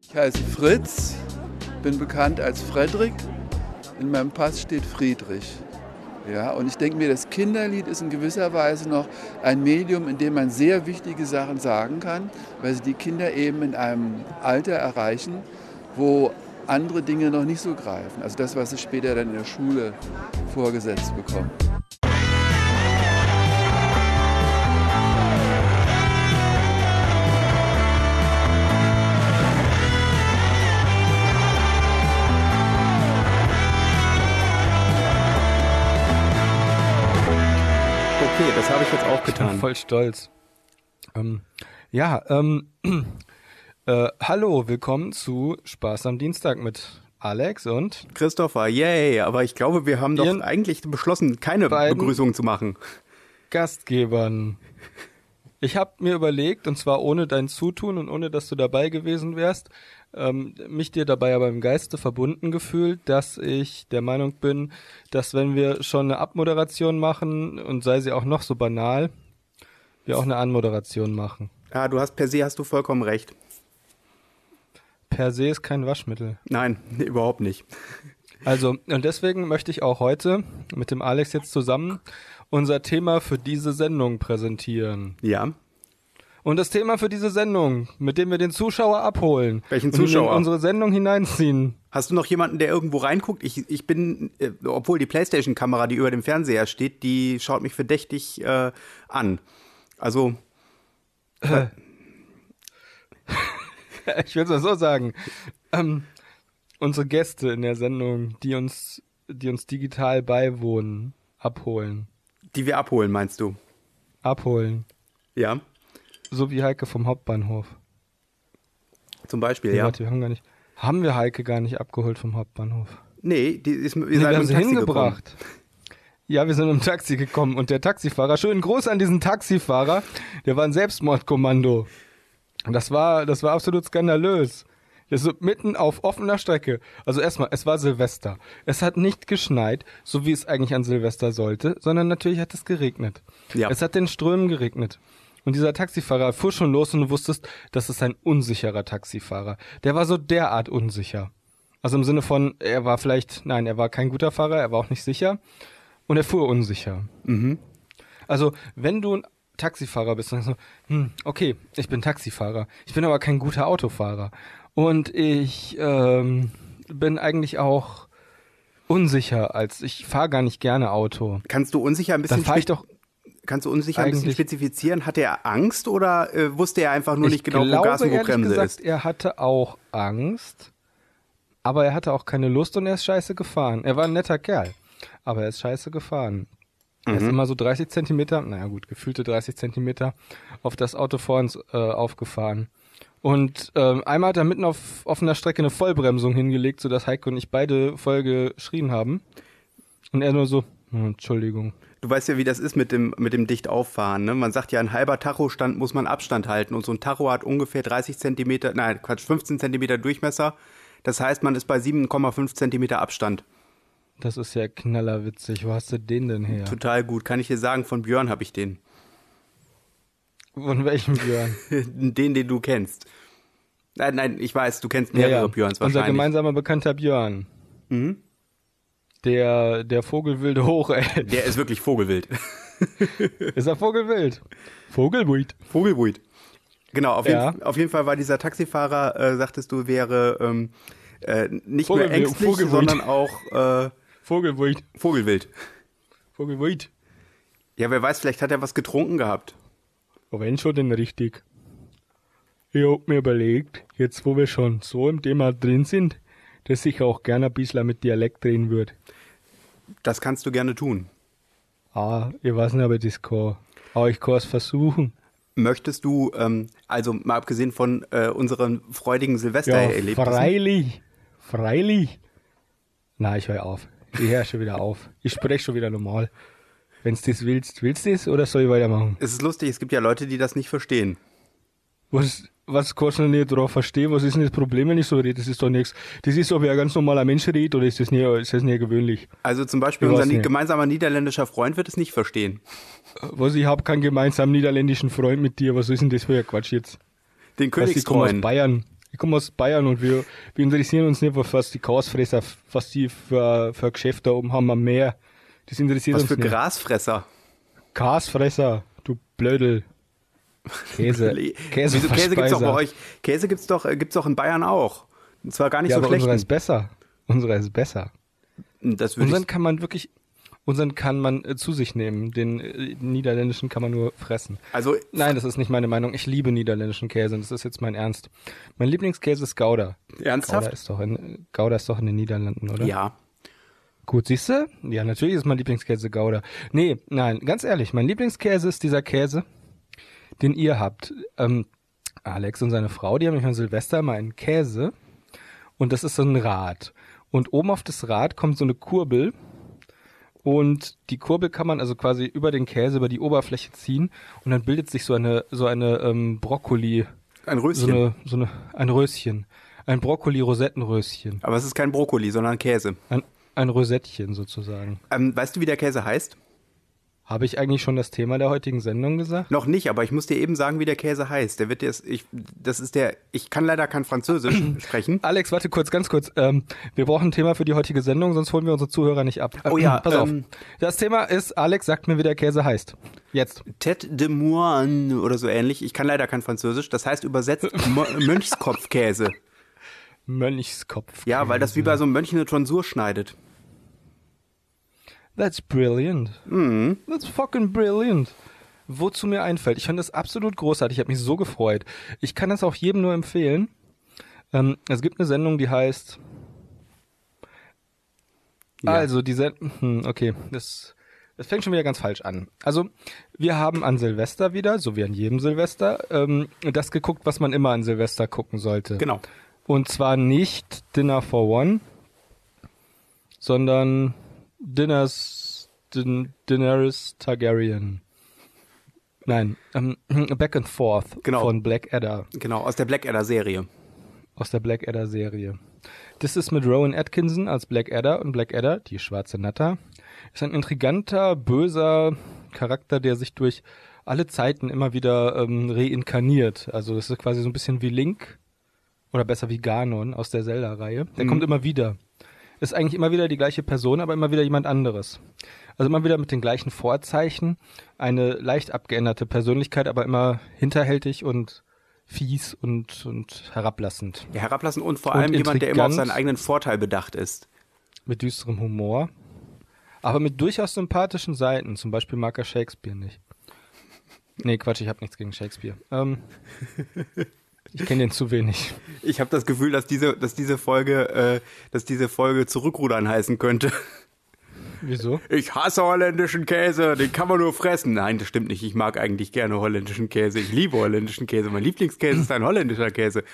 Ich heiße Fritz, bin bekannt als Frederik. In meinem Pass steht Friedrich. Ja, und ich denke mir, das Kinderlied ist in gewisser Weise noch ein Medium, in dem man sehr wichtige Sachen sagen kann, weil sie die Kinder eben in einem Alter erreichen, wo andere Dinge noch nicht so greifen. Also das, was sie später dann in der Schule vorgesetzt bekommen. Okay, das habe ich jetzt auch getan. Voll stolz. Ähm, ja, ähm, äh, hallo, willkommen zu Spaß am Dienstag mit Alex und Christopher, yay, aber ich glaube, wir haben doch Ihren eigentlich beschlossen, keine beiden- Begrüßung zu machen. Gastgebern. Ich habe mir überlegt, und zwar ohne dein Zutun und ohne, dass du dabei gewesen wärst, ähm, mich dir dabei aber im Geiste verbunden gefühlt, dass ich der Meinung bin, dass wenn wir schon eine Abmoderation machen und sei sie auch noch so banal, wir auch eine Anmoderation machen. Ja, Ah, du hast per se hast du vollkommen recht. Per se ist kein Waschmittel. Nein, nee, überhaupt nicht. Also, und deswegen möchte ich auch heute mit dem Alex jetzt zusammen unser Thema für diese Sendung präsentieren. Ja. Und das Thema für diese Sendung, mit dem wir den Zuschauer abholen. Welchen und ihn Zuschauer? In unsere Sendung hineinziehen. Hast du noch jemanden, der irgendwo reinguckt? Ich, ich bin, äh, obwohl die Playstation-Kamera, die über dem Fernseher steht, die schaut mich verdächtig äh, an. Also, Ich will es mal so sagen. Ähm, unsere Gäste in der Sendung, die uns, die uns digital beiwohnen, abholen. die wir abholen, meinst du? Abholen. Ja, So wie Heike vom Hauptbahnhof. zum Beispiel, Nee, ja. Warte, wir haben gar nicht. Haben wir Heike gar nicht abgeholt vom Hauptbahnhof? Nee, die ist, ihr Nee, seid wir mit haben dem sie Taxi hingebracht. Ja, wir sind mit dem Taxi gekommen und der Taxifahrer, schönen Gruß an diesen Taxifahrer, der war ein Selbstmordkommando. Und Das war, das war absolut skandalös. Das so mitten auf offener Strecke. Also erstmal, es war Silvester. Es hat nicht geschneit, so wie es eigentlich an Silvester sollte, sondern natürlich hat es geregnet. Ja. Es hat den Strömen geregnet. Und dieser Taxifahrer fuhr schon los und du wusstest, das ist ein unsicherer Taxifahrer. Der war so derart unsicher. Also im Sinne von, er war vielleicht, nein, er war kein guter Fahrer, er war auch nicht sicher. Und er fuhr unsicher. Also, wenn du ein Taxifahrer bist, dann so, hm, okay, ich bin Taxifahrer. Ich bin aber kein guter Autofahrer. Und ich ähm, bin eigentlich auch unsicher, als ich fahre gar nicht gerne Auto. Kannst du unsicher ein bisschen Dann fahre ich spezi- doch. Kannst du unsicher ein bisschen eigentlich- spezifizieren? Hatte er Angst oder äh, wusste er einfach nur ich nicht genau, wo glaube, Gas und wo ehrlich Bremse gesagt, ist? er hatte auch Angst, aber er hatte auch keine Lust und er ist scheiße gefahren. Er war ein netter Kerl, aber er ist scheiße gefahren. Er Mhm. ist immer so 30 Zentimeter, naja gut, gefühlte 30 Zentimeter auf das Auto vor uns äh, aufgefahren. Und ähm, einmal hat er mitten auf offener Strecke eine Vollbremsung hingelegt, sodass Heiko und ich beide voll geschrien haben. Und er nur so, "Hm, Entschuldigung. Du weißt ja, wie das ist mit dem, mit dem dicht auffahren. Ne? Man sagt ja, ein halber Tachostand muss man Abstand halten und so ein Tacho hat ungefähr 30 Zentimeter, nein, Quatsch, 15 Zentimeter Durchmesser. Das heißt, man ist bei 7,5 Zentimeter Abstand. Das ist ja knallerwitzig. Wo hast du den denn her? Total gut, kann ich dir sagen, von Björn habe ich den. Von welchem Björn? Den, den du kennst. Nein, nein, ich weiß, du kennst Ja, mehrere ja. Björns Unser wahrscheinlich. Mhm. gemeinsamer Bekannter Björn. Der, der Vogelwilde hoch, ey. Der ist wirklich Vogelwild. Ist er Vogelwild? Vogelwild. Vogelwuid. Genau, auf, Ja. jeden, auf jeden Fall war dieser Taxifahrer, äh, sagtest du, wäre ähm, äh, nicht Vogelwild, nur ängstlich, Vogelwild. sondern auch äh, Vogelwild. Vogelwild. Vogelwild. Ja, wer weiß, vielleicht hat er was getrunken gehabt. Oh, wenn schon denn richtig. Ich hab mir überlegt, jetzt wo wir schon so im Thema drin sind, dass ich auch gerne ein bisschen mit Dialekt reden würde. Das kannst du gerne tun. Ah, ich weiß nicht, ob ich das kann. Aber ich kann es versuchen. Möchtest du, ähm, also mal abgesehen von äh, unseren freudigen Silvestererlebnissen. freilich. Freilich. Na, ich höre auf. Ich höre schon wieder auf. Ich spreche schon wieder normal. Wenn du das willst, willst du das oder soll ich weitermachen? es ist lustig, es gibt ja Leute, die das nicht verstehen. Was, was kannst du denn nicht drauf verstehen? Was ist denn das Problem, wenn ich so rede? Das ist doch nichts. Das ist doch, wie ein ganz normaler Mensch redet oder ist das nicht, ist das nicht gewöhnlich? Also zum Beispiel Ich unser weiß nie- nicht. gemeinsamer niederländischer Freund wird es nicht verstehen. Was, ich habe keinen gemeinsamen niederländischen Freund mit dir. Was ist denn das für ein Quatsch jetzt? Den Weißt du, ich komme aus Königskreuen. Bayern. Wir kommen aus Bayern und wir, wir interessieren uns nicht, für was die Chaosfresser, was die für, für Geschäfte da oben haben am Meer. Das interessiert Was uns für nicht. Grasfresser. Kasfresser, du Blödel. Käse. Käse, Wieso, Käse gibt's doch bei euch. Käse gibt's doch, äh, gibt's doch in Bayern auch. Und zwar gar nicht Ja, so aber schlecht. Hm, unserer ist besser. Unserer ist besser. Das würde Unseren ich, kann man wirklich, unseren kann man äh, zu sich nehmen. Den äh, niederländischen kann man nur fressen. also Nein, das ist nicht meine Meinung. Ich liebe niederländischen Käse und das ist jetzt mein Ernst. Mein Lieblingskäse ist Gouda. Gouda ernsthaft? ist ne? doch in, äh, Gouda ist doch in den Niederlanden, oder? Ja. Gut, siehst du? Ja, natürlich ist mein Lieblingskäse Gouda. Nee, nein, ganz ehrlich, mein Lieblingskäse ist dieser Käse, den ihr habt. Ähm, Alex und seine Frau, die haben nämlich an Silvester immer einen Käse und das ist so ein Rad. Und oben auf das Rad kommt so eine Kurbel und die Kurbel kann man also quasi über den Käse, über die Oberfläche ziehen und dann bildet sich so eine, so eine ähm, Brokkoli, Ein so Röschen. eine, so eine, ein Röschen. Ein Brokkoli-Rosettenröschen. aber es ist kein Brokkoli, sondern Käse. Ein, ein Rosettchen sozusagen. Ähm, weißt du, wie der Käse heißt? Habe ich eigentlich schon das Thema der heutigen Sendung gesagt? Noch nicht, aber ich muss dir eben sagen, wie der Käse heißt. Der wird jetzt, ich, das ist der, ich kann leider kein Französisch sprechen. Alex, warte kurz, ganz kurz. Ähm, wir brauchen ein Thema für die heutige Sendung, sonst holen wir unsere Zuhörer nicht ab. Oh ja, pass auf. ähm, Das Thema ist, Alex, sagt mir, wie der Käse heißt. Jetzt. Tête de Moine oder so ähnlich. Ich kann leider kein Französisch. Das heißt übersetzt Mo Mönchskopfkäse. Mönchskopf. Ja, weil das wie bei so einem Mönch eine Tonsur schneidet. That's brilliant. That's fucking brilliant. Wozu mir einfällt. Ich fand das absolut großartig. Ich habe mich so gefreut. Ich kann das auch jedem nur empfehlen. Ähm, es gibt eine Sendung, die heißt. Ja. Also, die Sendung. Hm, okay, das, das fängt schon wieder ganz falsch an. Also, wir haben an Silvester wieder, so wie an jedem Silvester, ähm, das geguckt, was man immer an Silvester gucken sollte. Genau. Und zwar nicht Dinner for One, sondern Dinners, Din, Daenerys Targaryen. Nein, ähm, Back and Forth Genau. von Blackadder, Genau, aus der Blackadder-Serie. aus der Blackadder-Serie. Das ist mit Rowan Atkinson als Blackadder und Blackadder, die schwarze Natter, ist ein intriganter, böser Charakter, der sich durch alle Zeiten immer wieder ähm, reinkarniert. Also das ist quasi so ein bisschen wie Link oder besser wie Ganon aus der Zelda-Reihe. Der kommt immer wieder. Ist eigentlich immer wieder die gleiche Person, aber immer wieder jemand anderes. Also immer wieder mit den gleichen Vorzeichen, eine leicht abgeänderte Persönlichkeit, aber immer hinterhältig und fies und, und herablassend. Ja, herablassen und vor Und allem jemand, der immer auf intrigant. seinen eigenen Vorteil bedacht ist. Mit düsterem Humor, aber mit durchaus sympathischen Seiten. Zum Beispiel mag er Shakespeare nicht. Nee, Quatsch, ich habe nichts gegen Shakespeare. Ähm, ich kenne den zu wenig. Ich habe das Gefühl, dass diese, dass diese Folge, äh, dass diese Folge zurückrudern heißen könnte. Wieso? Ich hasse holländischen Käse, den kann man nur fressen. Nein, das stimmt nicht. Ich mag eigentlich gerne holländischen Käse. Ich liebe holländischen Käse. Mein Lieblingskäse ist ein holländischer Käse.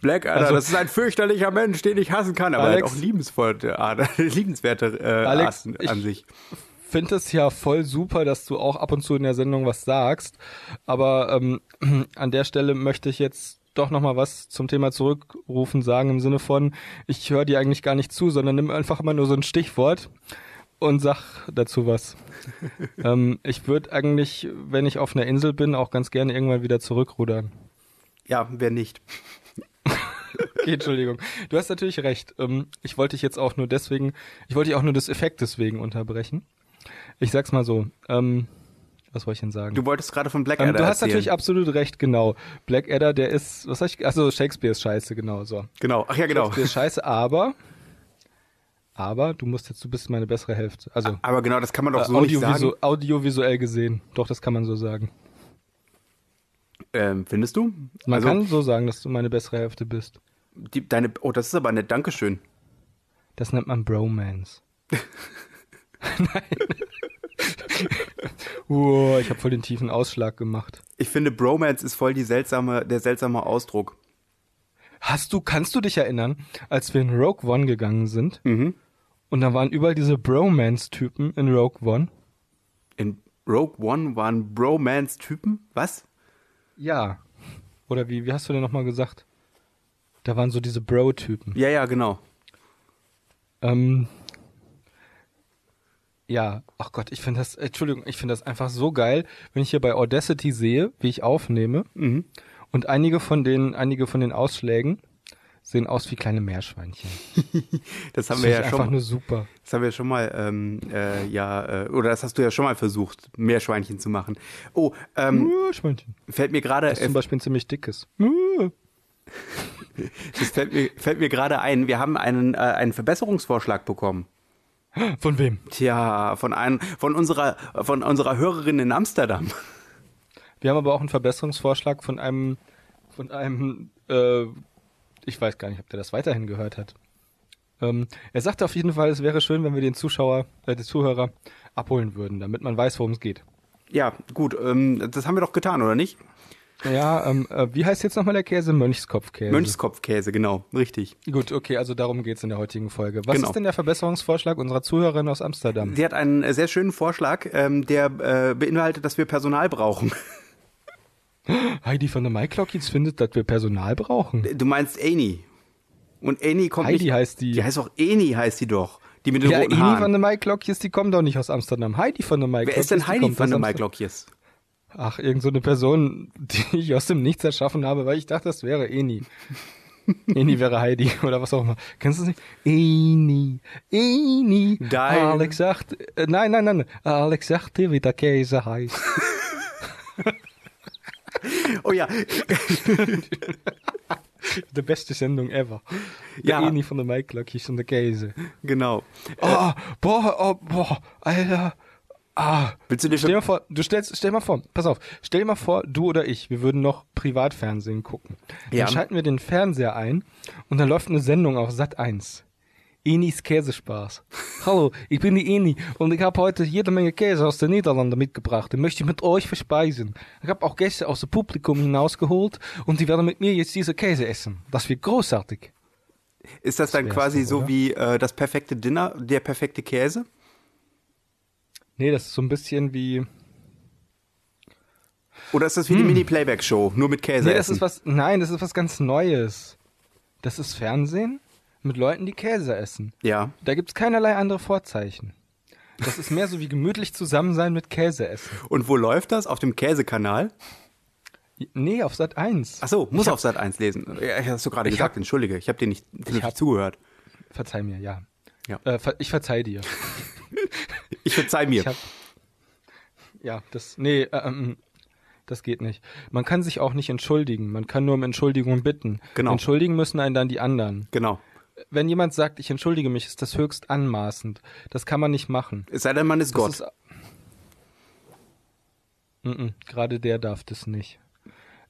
Blackadder, Also- das ist ein fürchterlicher Mensch, den ich hassen kann, aber er Alex- hat auch liebenswerte Ader, liebenswerte äh, Alex, Arten ich- an sich. finde es ja voll super, dass du auch ab und zu in der Sendung was sagst. Aber ähm, an der Stelle möchte ich jetzt doch nochmal was zum Thema zurückrufen sagen im Sinne von, ich höre dir eigentlich gar nicht zu, sondern nimm einfach immer nur so ein Stichwort und sag dazu was. ähm, ich würde eigentlich, wenn ich auf einer Insel bin, auch ganz gerne irgendwann wieder zurückrudern. Ja, wer nicht? Okay, Entschuldigung. Du hast natürlich recht. Ähm, ich wollte dich jetzt auch nur deswegen, ich wollte dich auch nur des Effektes wegen unterbrechen. Ich sag's mal so. Ähm, was wollte ich denn sagen? Du wolltest gerade von Blackadder ähm, du hast erzählen. natürlich absolut recht, genau. Blackadder, der ist, was sag ich, also Shakespeare ist scheiße, genau, so. Genau. Ach ja, genau. Shakespeare ist scheiße, aber, aber du musst jetzt, du bist meine bessere Hälfte. Also, Aber genau, das kann man doch äh, so nicht sagen. audiovisu audiovisuell gesehen. Doch, das kann man so sagen. Ähm, findest du? Man also, kann so sagen, dass du meine bessere Hälfte bist. die, deine, oh, das ist aber nett. Dankeschön. Das nennt man Bromance. Nein. Wow, ich habe voll den tiefen Ausschlag gemacht. Ich finde, Bromance ist voll die seltsame, der seltsame Ausdruck. Hast du, kannst du dich erinnern, als wir in Rogue One gegangen sind? Und da waren überall diese Bromance-Typen in Rogue One. In Rogue One waren Bromance-Typen? Was? Ja. Oder wie, wie hast du denn nochmal gesagt? Da waren so diese Bro-Typen. Ja, ja, genau. Ähm, ja, ach Gott, ich finde das, Entschuldigung, ich finde das einfach so geil, wenn ich hier bei Audacity sehe, wie ich aufnehme. Und einige von den, einige von den Ausschlägen sehen aus wie kleine Meerschweinchen. Das haben Das wir finde ja ich schon. einfach nur super. Das haben wir schon mal, ähm, äh, ja, äh, oder das hast du ja schon mal versucht, Meerschweinchen zu machen. Oh, ähm, Meerschweinchen. fällt mir gerade, Das ist zum äh, Beispiel ein ziemlich dickes. das fällt mir, fällt mir gerade ein, wir haben einen, äh, einen Verbesserungsvorschlag bekommen. Von wem? Tja, von einem, von unserer, von unserer Hörerin in Amsterdam. Wir haben aber auch einen Verbesserungsvorschlag von einem, von einem, äh, ich weiß gar nicht, ob der das weiterhin gehört hat. Ähm, er sagte auf jeden Fall, es wäre schön, wenn wir den Zuschauer, äh, den Zuhörer abholen würden, damit man weiß, worum es geht. Ja, gut, ähm, das haben wir doch getan, oder nicht? Ja, ähm, äh, wie heißt jetzt nochmal der Käse? Mönchskopfkäse. Mönchskopfkäse, genau, richtig. Gut, okay, also darum geht's in der heutigen Folge. Was Genau. ist denn der Verbesserungsvorschlag unserer Zuhörerin aus Amsterdam? Sie hat einen äh, sehr schönen Vorschlag, ähm, der äh, beinhaltet, dass wir Personal brauchen. Heidi von der MyClockies findet, dass wir Personal brauchen. Du meinst Annie. Und Annie kommt Heidi nicht, heißt die. Die heißt auch Annie, heißt die doch. Die mit den Ja, roten Amy Haaren. von der MyClockies, die kommen doch nicht aus Amsterdam. Heidi von der MyClockies. Wer ist denn die Heidi kommt von aus der Amsterdam. Maiklokjes? Ach, irgend so eine Person, die ich aus dem Nichts erschaffen habe, weil ich dachte, das wäre Eni. Eni wäre Heidi oder was auch immer. Kennst du das nicht? Eni, Eni. Dein- Alex sagt, äh, nein, nein, nein. Alex sagt dir, wie der Käse heißt. Oh ja, Die beste Sendung ever. Ja. Der Eni von der Maiklöckchen und der Käse. genau. Oh, boah, oh, boah, Alter. Ah. Willst du dir Stell schon, mal vor, du stellst, stell mal vor, pass auf, stell mal vor, du oder ich, wir würden noch Privatfernsehen gucken. Dann Ja. schalten wir den Fernseher ein und dann läuft eine Sendung auf Sat 1. Enis Käsespaß. Hallo, ich bin die Eni und ich habe heute jede Menge Käse aus den Niederlanden mitgebracht. Den möchte ich mit euch verspeisen. Ich habe auch Gäste aus dem Publikum hinausgeholt und die werden mit mir jetzt diese Käse essen. Das wird großartig. ist das dann wär's quasi doch, so oder? wie äh, das perfekte Dinner, der perfekte Käse? Nee, das ist so ein bisschen wie, Oder ist das wie die Mini-Playback-Show, nur mit Käse? Hm. Nee, das essen? ist was. Nein, das ist was ganz Neues. Das ist Fernsehen mit Leuten, die Käse essen. Ja. Da gibt's keinerlei andere Vorzeichen. Das ist mehr so wie gemütlich zusammen sein mit Käse essen. Und wo läuft das? Auf dem Käsekanal? Nee, auf Sat 1. Ach so, muss auf Sat 1 lesen. Ja, hast du gerade Ich gesagt, hab- entschuldige, ich habe dir nicht vernünftig hab- zugehört. Verzeih mir, ja. Ja. Äh, ver ich verzeih dir. Ich verzeih mir. Ich hab, ja, das. Nee, äh, ähm, das geht nicht. Man kann sich auch nicht entschuldigen. Man kann nur um Entschuldigung bitten. Genau. Entschuldigen müssen einen dann die anderen. genau. Wenn jemand sagt, ich entschuldige mich, ist das höchst anmaßend. Das kann man nicht machen. Es sei denn, man ist Gott. Das ist- Mm-mm, gerade der darf das nicht.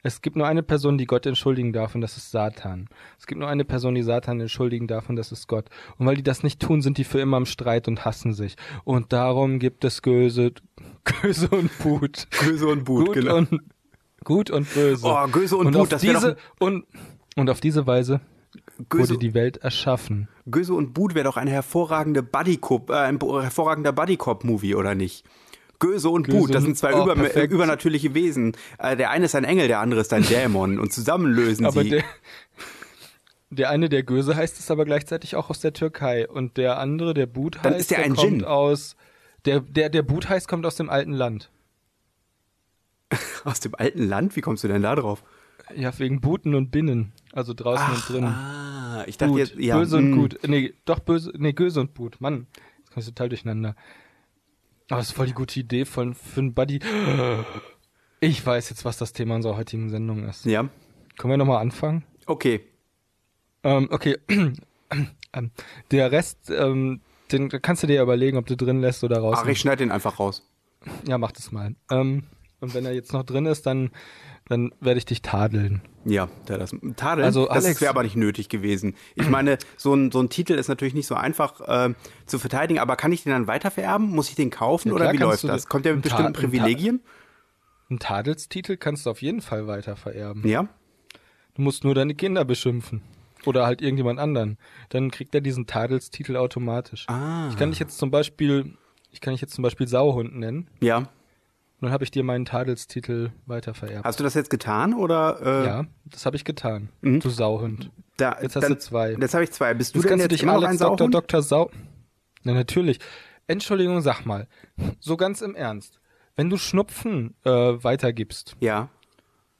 Es gibt nur eine Person, die Gott entschuldigen darf, und das ist Satan. Es gibt nur eine Person, die Satan entschuldigen darf, und das ist Gott. Und weil die das nicht tun, sind die für immer im Streit und hassen sich. Und darum gibt es Göse, Göse und Put. Böse und But, Gut genau. und, gut und böse. Oh, Göse und But, auf das wär doch diese, und, und auf diese Weise Göse- wurde die Welt erschaffen. Göse und Bud wäre doch eine hervorragende Buddy Cop, äh, ein bo- hervorragender Buddy Cop Movie oder nicht? Göse und Göse Bud, das und- sind zwei oh, über, äh, perfekt. übernatürliche Wesen. Äh, der eine ist ein Engel, der andere ist ein Dämon und zusammen lösen Aber sie. der, der eine, der Göse heißt, ist aber gleichzeitig auch aus der Türkei. Und der andere, der Boot heißt, Dann ist der ein kommt Djinn. aus. Der, der, der Boot heißt, kommt aus dem alten Land. Aus dem alten Land? Wie kommst du denn da drauf? Ja, wegen Buten und Binnen. Also draußen und drinnen. Ah, ich dachte Gut, jetzt, ja, hm. böse und mh. gut. Nee, doch böse, nee, Göse und Boot. Mann, jetzt kommst du total durcheinander. Aber das ist voll die gute Idee von, für einen Buddy. Ich weiß jetzt, was das Thema unserer heutigen Sendung ist. Ja, Können wir nochmal anfangen? okay. Ähm, okay. ähm, der Rest, ähm, den kannst du dir ja überlegen, ob du drin lässt oder raus. Ach, ich schneide den einfach raus. Ja, mach das mal. Ähm, und wenn er jetzt noch drin ist, dann, dann werde ich dich tadeln. Ja, da das Tadel, Also, das Alex- wäre aber nicht nötig gewesen. Ich meine, so ein, so ein Titel ist natürlich nicht so einfach ähm, zu verteidigen, aber kann ich den dann weitervererben? Muss ich den kaufen Ja, oder klar wie kannst läuft du das? den- Kommt der mit einen Ta- bestimmten einen Ta- Privilegien? Einen Tadelstitel kannst du auf jeden Fall weiter vererben. Ja. Du musst nur deine Kinder beschimpfen. Oder halt irgendjemand anderen. Dann kriegt er diesen Tadelstitel automatisch. Ah. Ich kann dich jetzt zum Beispiel, ich kann dich jetzt zum Beispiel Sauhund nennen. Ja. Und dann habe ich dir meinen Tadelstitel weiter vererbt. Hast du das jetzt getan oder? Äh, ja, das habe ich getan. Mhm. Du Sauhund. Da, Jetzt hast dann, du zwei. Jetzt habe ich zwei. Bist du Jetzt denn kannst du jetzt dich immer noch Alex ein Dr. Sauhund? Dr. Sau. Na natürlich. Entschuldigung, sag mal. So ganz im Ernst. Wenn du Schnupfen äh, weitergibst Ja.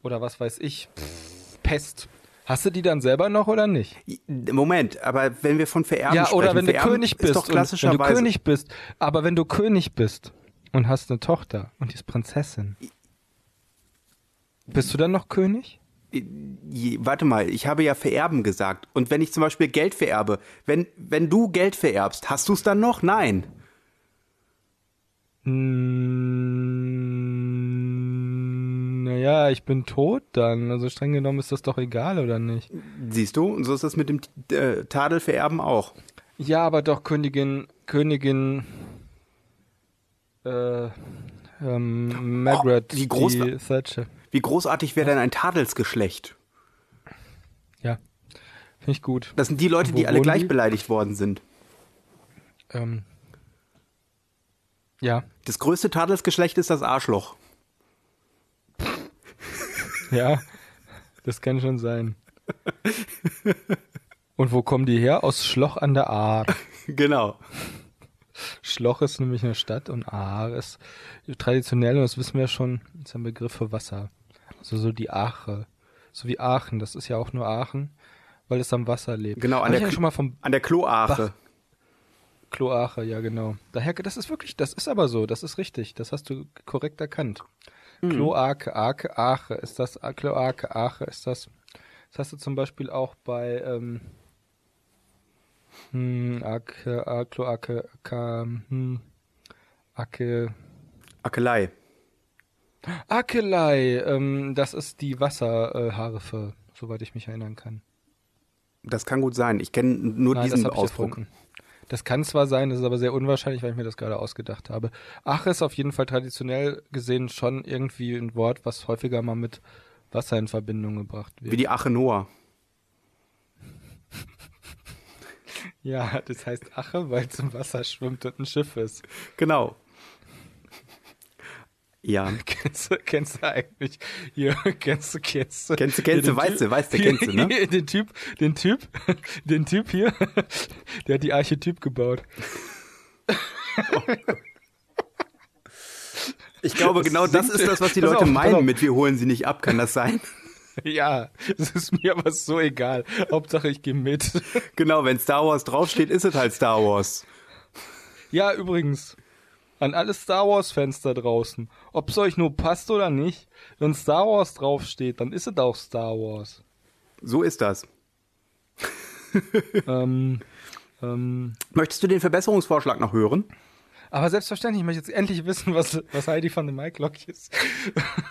oder was weiß ich, pff, Pest, Hast du die dann selber noch oder nicht? Moment, aber wenn wir von Vererben ja, sprechen, oder wenn du Vererben König ist bist. doch und- wenn du klassischerweise König bist. Aber wenn du König bist und hast eine Tochter und die ist Prinzessin. Bist du dann noch König? Je- warte mal, ich habe ja vererben gesagt. Und wenn ich zum Beispiel Geld vererbe, wenn, wenn du Geld vererbst, hast du es dann noch? Nein. Mm, Naja, ich bin tot dann. Also streng genommen ist das doch egal, oder nicht? Siehst du? Und so ist das mit dem äh, Tadel vererben auch. Ja, aber doch Königin, Königin, äh, ähm, Margaret, Oh, wie groß die war- Thatcher. Wie großartig wäre denn ein Tadelsgeschlecht? Ja, finde ich gut. Das sind die Leute, die Wo alle wohnen gleich die? beleidigt worden sind. Ähm, ja, Das größte Tadelsgeschlecht ist das Arschloch. ja, das kann schon sein. Und wo kommen die her? Aus Schloch an der Ahr. Genau. Schloch ist nämlich eine Stadt und Ahr ist traditionell, und das wissen wir schon, ist ein Begriff für Wasser. Also so die Ache. So wie Aachen, das ist ja auch nur Aachen, weil es am Wasser lebt. Genau, an Hab der ich ja Kl- schon mal vom An der Kloache. Kloache, ja genau. Daher, das ist wirklich, das ist aber so, das ist richtig, das hast du korrekt erkannt. Kloake, Ake, Ache ist das, A- Kloake, Ache ist das. Das hast du zum Beispiel auch bei ähm, hm, Ake, A, Kloake, Ka, hm, Ake, Akelei. Akelei, ähm, das ist die Wasserharfe, soweit ich mich erinnern kann. Das kann gut sein. Ich kenne nur diesen hab ich Ausdruck. erfunden. Das kann zwar sein, das ist aber sehr unwahrscheinlich, weil ich mir das gerade ausgedacht habe. Ach ist auf jeden Fall traditionell gesehen schon irgendwie ein Wort, was häufiger mal mit Wasser in Verbindung gebracht Wie wird. die Ache Noah. Ja, das heißt Ache, weil es im Wasser schwimmt und ein Schiff ist. Genau. Ja. Kennst du, kennst du eigentlich hier, kennst du, kennst du. Kennst du, hier kennst du, den weißt Typ- du, weißt du, hier- kennst du, ne? hier, Den Typ, den Typ, den Typ hier, der hat die Archetyp gebaut. Ich glaube, Das genau das singt- ist das, was die Pass Leute auf, pass meinen auf. mit wir holen sie nicht ab. Kann das sein? Ja, es ist mir aber so egal. Hauptsache ich gehe mit. Genau, wenn Star Wars draufsteht, ist es halt Star Wars. Ja, übrigens, an alle Star Wars-Fans da draußen, ob es euch nur passt oder nicht, wenn Star Wars draufsteht, dann ist es auch Star Wars. So ist das. ähm, ähm, Möchtest du den Verbesserungsvorschlag noch hören? aber selbstverständlich, ich möchte jetzt endlich wissen, was, was Heidi von dem Mike Lock ist.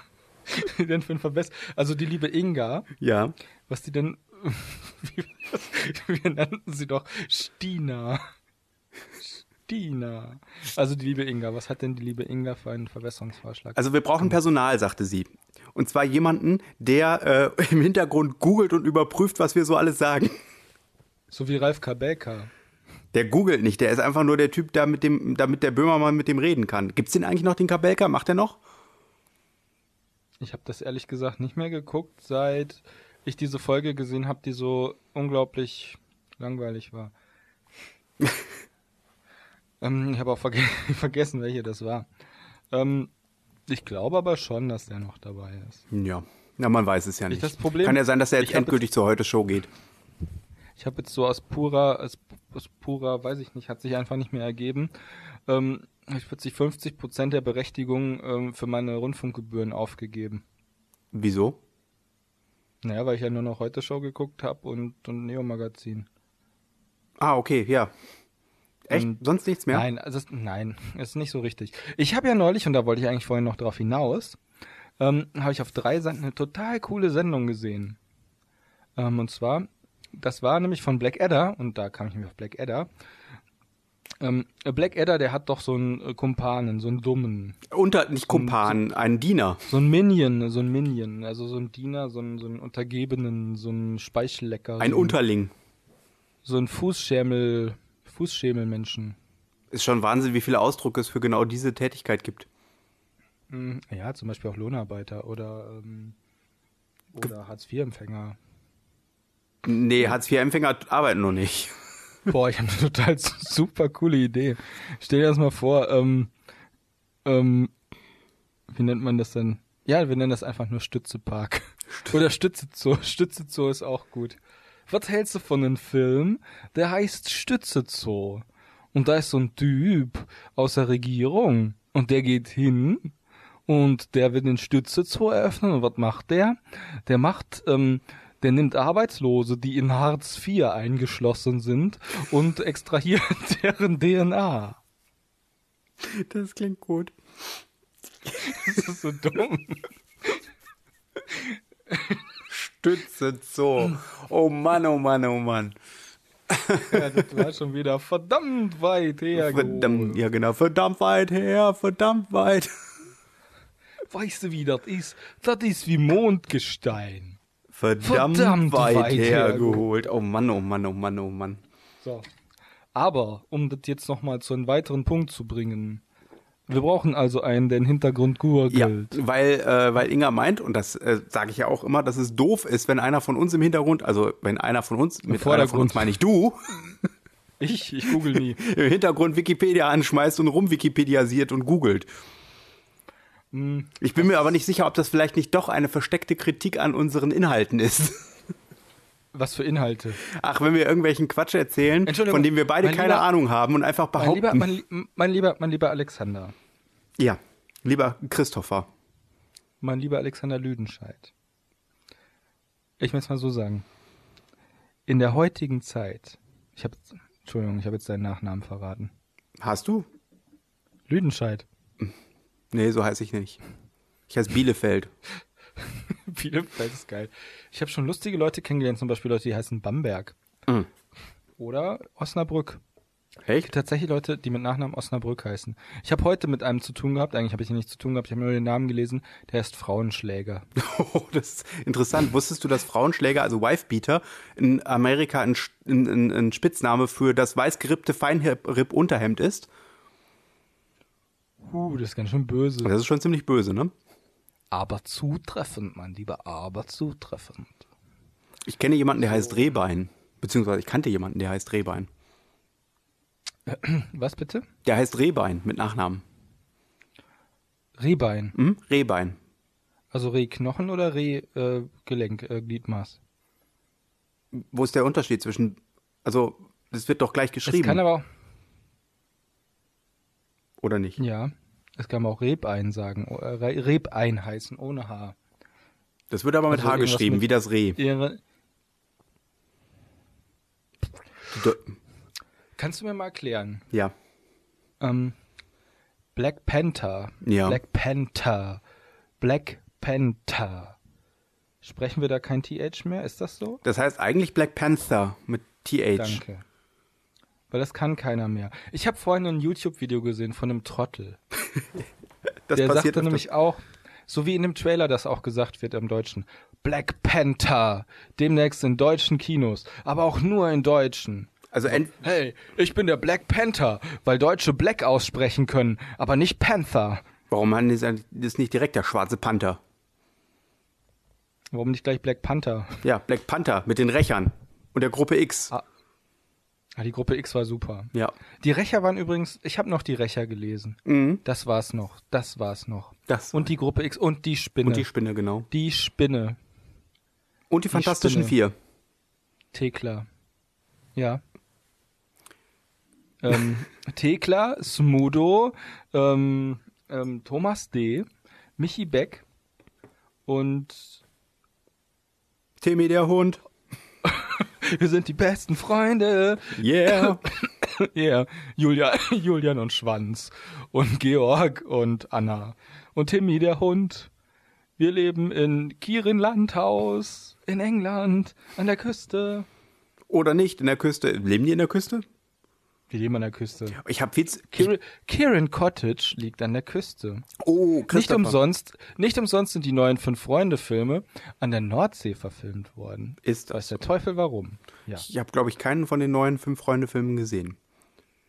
denn für ein Verbess also die liebe Inga, Ja. was die denn, wie, wir nannten sie doch Stina. Stina. Also die liebe Inga, was hat denn die liebe Inga für einen Verbesserungsvorschlag? Also wir Mhm. brauchen Personal, sagte sie. Und zwar jemanden, der äh, im Hintergrund googelt und überprüft, was wir so alles sagen. so wie Ralf Kabelka. Der googelt nicht, der ist einfach nur der Typ, da mit dem, damit der Böhmermann mit dem reden kann. Gibt's den eigentlich noch, den Kabelka? Macht er noch? Ich habe das ehrlich gesagt nicht mehr geguckt, seit ich diese Folge gesehen habe, die so unglaublich langweilig war. ähm, ich habe auch verge vergessen, welche das war. Ähm, ich glaube aber schon, dass der noch dabei ist. Ja. Na, man weiß es ja nicht. das Problem- kann ja sein, dass er jetzt Ich hab endgültig zur Heute-Show geht. Ich habe jetzt so aus purer, aus, aus purer, weiß ich nicht, hat sich einfach nicht mehr ergeben. Ähm, ich habe plötzlich 50 Prozent der Berechtigung ähm, für meine Rundfunkgebühren aufgegeben. Wieso? Naja, weil ich ja nur noch heute Show geguckt habe und, und Neo Magazin. Ah, okay, ja. Echt? Und- Sonst nichts mehr? Ähm, Nein, also es- nein, ist nicht so richtig. Ich habe ja neulich, und da wollte ich eigentlich vorhin noch drauf hinaus, ähm, habe ich auf drei Sand eine total coole Sendung gesehen. Ähm, und zwar, das war nämlich von Black Adder, und da kam ich nämlich auf Black Adder. Ähm, Black Adder, der hat doch so einen äh, Kumpanen, so einen Dummen, Unter, nicht Kumpan, einen Diener. Ähm, so Also einen Minion, so einen Minion, also so einen Diener, so einen, so einen Untergebenen, so einen Speichellecker. Ein so einen- Unterling. So einen Fußschemel, Fußschemelmenschen. Ist schon Wahnsinn, wie viele Ausdruck es für genau diese Tätigkeit gibt. Mm, Ja, zum Beispiel auch Lohnarbeiter oder, ähm, oder Hartz-IV-Empfänger. Nee, Hartz-IV-Empfänger arbeiten noch nicht. Boah, ich habe eine total su- super coole Idee. Stell dir das mal vor, ähm, ähm, wie nennt man das denn? Ja, wir nennen das einfach nur Stützepark. Oder Stütze Zoo. Stütze Zoo ist auch gut. Was hältst du von einem Film, der heißt Stütze Zoo? Und da ist so ein Typ aus der Regierung. Und der geht hin und der will den Stütze Zoo eröffnen. Und was macht der? Der macht, ähm, der nimmt Arbeitslose, die in Hartz IV eingeschlossen sind und extrahiert deren DNA. Das klingt gut. Das ist so dumm. Stütze so. Oh Mann, oh Mann, oh Mann. Ja, das war schon wieder verdammt weit her. Verdammt, ja genau, verdammt weit her, verdammt weit. Weißt du, wie das ist? Das ist wie Mondgestein. Verdammt, Verdammt weit, weit hergeholt. Oh Mann, oh Mann, oh Mann, oh Mann. So. Aber, um das jetzt nochmal zu einem weiteren Punkt zu bringen. Wir brauchen also einen, der den Hintergrund Ja, gurgelt. weil, äh, weil Inga meint, und das äh, sage ich ja auch immer, dass es doof ist, wenn einer von uns im Hintergrund, also wenn einer von uns, mit einer von Vordergrund. uns meine ich du, Ich, ich google nie. im Hintergrund Wikipedia anschmeißt und rumwikipediasiert und googelt. Hm. Ich bin mir aber nicht sicher, ob das vielleicht nicht doch eine versteckte Kritik an unseren Inhalten ist. Was für Inhalte. Ach, wenn wir irgendwelchen Quatsch erzählen, Entschuldigung, von dem wir beide mein keine lieber- Ahnung haben und einfach Mein behaupten. lieber, mein, lie- mein lieber, mein lieber Alexander. ja, lieber Christopher. Mein lieber Alexander Lüdenscheid. Ich muss mal so sagen. In der heutigen Zeit, ich habe, Entschuldigung, ich habe jetzt deinen Nachnamen verraten. Hast du? Lüdenscheid. Nee, so heiße ich nicht. Ich heiße Bielefeld. Bielefeld ist geil. Ich habe schon lustige Leute kennengelernt, zum Beispiel Leute, die heißen Bamberg. Mhm. Oder Osnabrück. Echt? Tatsächlich Leute, die mit Nachnamen Osnabrück heißen. Ich habe heute mit einem zu tun gehabt, eigentlich habe ich hier nichts zu tun gehabt, ich habe nur den Namen gelesen, der heißt Frauenschläger. Oh, das ist interessant. Wusstest du, dass Frauenschläger, also Wifebeater, in Amerika ein, Sch- ein, ein, ein Spitzname für das weißgerippte Feinripp-Unterhemd ist? Uh, das ist ganz schön böse. Das ist schon ziemlich böse, ne? Aber zutreffend, mein Lieber, aber zutreffend. Ich kenne jemanden, der heißt Rehbein. Beziehungsweise ich kannte jemanden, der heißt Rehbein. Was bitte? Der heißt Rehbein mit Nachnamen. Rehbein. Hm? Rehbein. Also Rehknochen oder Rehgelenk, äh, Gelenk, äh, Gliedmaß. Wo ist der Unterschied zwischen. Also, das wird doch gleich Es geschrieben. kann aber auch, oder nicht? ja, es kann aber auch Rebein sagen, oder Re- Rebein heißen, ohne Haar. Das wird aber mit Also H irgendwas geschrieben, mit- wie das Reh. Ihre, Do- kannst du mir mal erklären, Ja. ähm, Black Panther, Ja. Black Panther, Black Panther, sprechen wir da kein TH mehr, ist das so? Das heißt eigentlich Black Panther mit TH. Danke. Weil das kann keiner mehr. Ich habe vorhin ein YouTube-Video gesehen von einem Trottel. Das der passiert sagte öfter. nämlich auch, so wie in dem Trailer das auch gesagt wird im Deutschen, Black Panther, demnächst in deutschen Kinos, aber auch nur in deutschen. Also ent Hey, ich bin der Black Panther, weil Deutsche Black aussprechen können, aber nicht Panther. warum haben die sein- das ist nicht direkt der schwarze Panther? Warum nicht gleich Black Panther? Ja, Black Panther mit den Rechern und der Gruppe X. Ah. Ah, die Gruppe X war super. Ja, Die Rächer waren übrigens, ich habe noch die Rächer gelesen. Mhm. Das war's noch, das war's noch. Das und die Gruppe X und die Spinne. und die Spinne genau. die Spinne, Und die Fantastischen Vier. Thekla. Ja. Ähm, Thekla, Smudo, ähm, ähm, Thomas D., Michi Beck und Timmy der Hund. wir sind die besten Freunde. Yeah. Ja, Julia, Julian und Schwanz und Georg und Anna und Timmy der Hund. Wir leben in Kirin Landhaus in England an der Küste. Oder nicht in der Küste? Leben die in der Küste? Wir leben an der Küste. Ich habe viel. zu- Kir Kirin Cottage liegt an der Küste. Oh, Nicht Christopher. umsonst, nicht umsonst sind die neuen Fünf-Freunde-Filme an der Nordsee verfilmt worden. Ist das Weiß der Teufel warum? Ja. Ich habe, glaube ich, keinen von den neuen fünf Freunde Filmen gesehen.